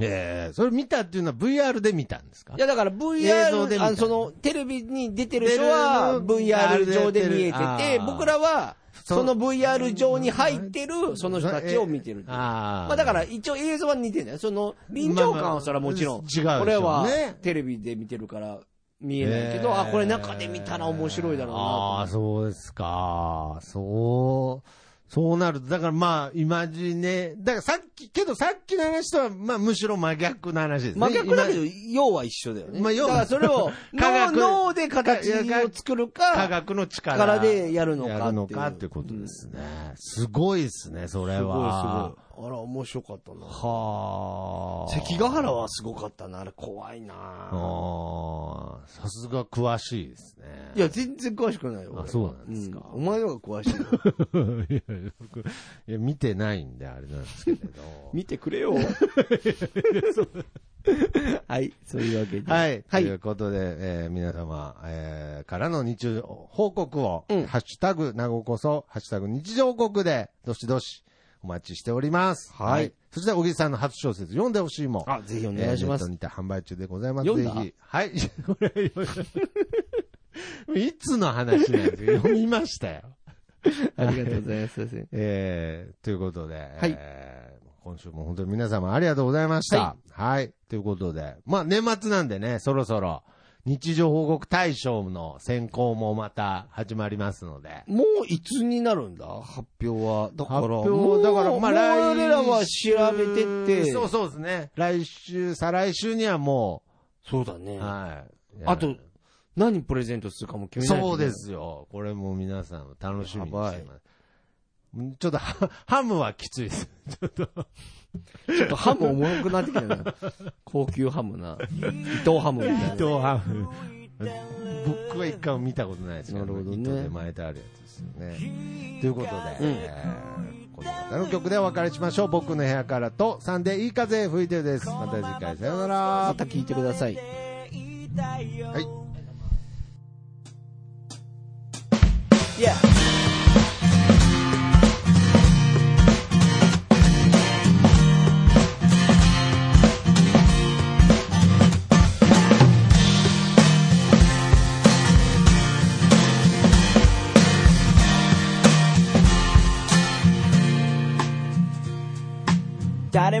Speaker 2: ええそれ見たっていうのは VR で見たんですか
Speaker 1: いや、だから
Speaker 2: 映像で
Speaker 1: VR、
Speaker 2: 見た
Speaker 1: あのその、テレビに出てる人は、
Speaker 2: 出る
Speaker 1: VR 上で見えて
Speaker 2: あー
Speaker 1: て、僕らは、そ
Speaker 2: そ
Speaker 1: の
Speaker 2: の
Speaker 1: VR 上に入ってる、その人たちを見てるっていう。
Speaker 2: ああ。
Speaker 1: まあだから一応映像は似てるんだよ。その臨場感はそれはもちろん。
Speaker 2: まあまあ違う
Speaker 1: 俺
Speaker 2: でしょ
Speaker 1: は
Speaker 2: うね
Speaker 1: テレビで見てるから見えないけど、あ、これ中で見たら面白いだろうなと
Speaker 2: ああー、そうですか。そう、そうなると、だからまあ、イマジネ、だからさっき、けどさっきの話とは、まあ、むしろ真逆の話ですね。
Speaker 1: 真逆だけど、
Speaker 2: イ
Speaker 1: 要は一緒だよね。
Speaker 2: まあ要
Speaker 1: だ
Speaker 2: は
Speaker 1: からそれを
Speaker 2: 科
Speaker 1: 脳
Speaker 2: 学
Speaker 1: 脳で形を作る
Speaker 2: マ科
Speaker 1: か、
Speaker 2: 学の力。
Speaker 1: 力でやるのかっていう
Speaker 2: やるのかってことですね。すごいですね、それ
Speaker 1: すごいすごい。
Speaker 2: は。
Speaker 1: あら、面白かったな。
Speaker 2: はあ。
Speaker 1: 関ヶ原はすごかったな。あれ怖いな。
Speaker 2: ああ、さすが詳しいですね。
Speaker 1: いや、全然詳しくないよ。
Speaker 2: あそうなんですか
Speaker 1: うんお前の方が詳 しいよ。
Speaker 2: いやいや、僕、いや、見てないんで、あれなんですけれど。
Speaker 1: 見てく れよ。はい、そういうわけで。
Speaker 2: はい。
Speaker 1: はい
Speaker 2: ということで、えー皆様、えーからの日常報告を、
Speaker 1: うん
Speaker 2: ハッシュタグ、なごこそ、ハッシュタグ日常報告で、どしどし、お待ちしております。
Speaker 1: はい
Speaker 2: そして、小木さんの初小説、読んでほしいもん。
Speaker 1: あ、ぜひお願いしま
Speaker 2: えー
Speaker 1: す。
Speaker 2: ネットにて販売中でございます。
Speaker 1: 読んだ
Speaker 2: ぜひはい。 これ、いつの話なんですか読みましたよ。
Speaker 1: ありがとうございます。はい
Speaker 2: えーということで、
Speaker 1: い
Speaker 2: えー今週も本当に皆様ありがとうございました。はい。ということで、まあ年末なんでね、そろそろ日常報告大賞の選考もまた始まりますので。
Speaker 1: もういつになるんだ発表は。だから、
Speaker 2: 発
Speaker 1: もう
Speaker 2: 表、だから、まあ来
Speaker 1: もう俺らは
Speaker 2: 週
Speaker 1: 調べてって。
Speaker 2: そうそうですね。来週、再来週にはも
Speaker 1: そうだね
Speaker 2: う、。はい。
Speaker 1: あと、何プレゼントするかも決めないと
Speaker 2: そうですよ。これも皆さん楽しみに
Speaker 1: やば
Speaker 2: して
Speaker 1: い
Speaker 2: ます。んちょっとハ、ハムはきついです。
Speaker 1: ちょっとハムおもろくなってきたな。高級ハム な。伊藤ハムみたいな。
Speaker 2: 糸ハム。僕は一回も見たことないですけ
Speaker 1: な
Speaker 2: ど、
Speaker 1: るほどね
Speaker 2: 糸で巻いてあるやつですよね。ということで、えーこの方の曲でお別れしましょう。僕の部屋からと、サンデーいい風吹いてるです。また次回、さようなら。
Speaker 1: また聞いてください。
Speaker 2: はい。
Speaker 3: Yeah.「誰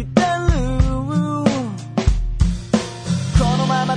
Speaker 3: いてる」このまま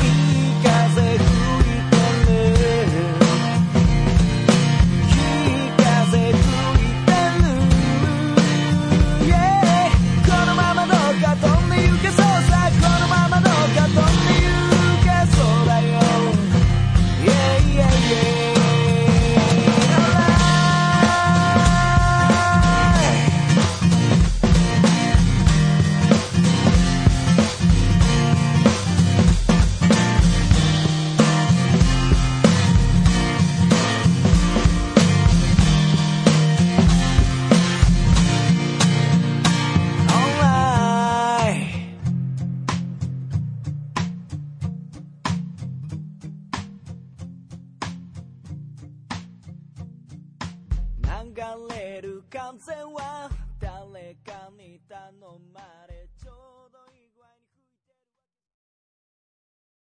Speaker 3: いい風吹いてるいい風吹いてる Yeah このままどうか飛んで行けそうさこのままどうか飛んで行けそうだよ Yeah, yeah, yeah. Alright. 流れる風は誰かに頼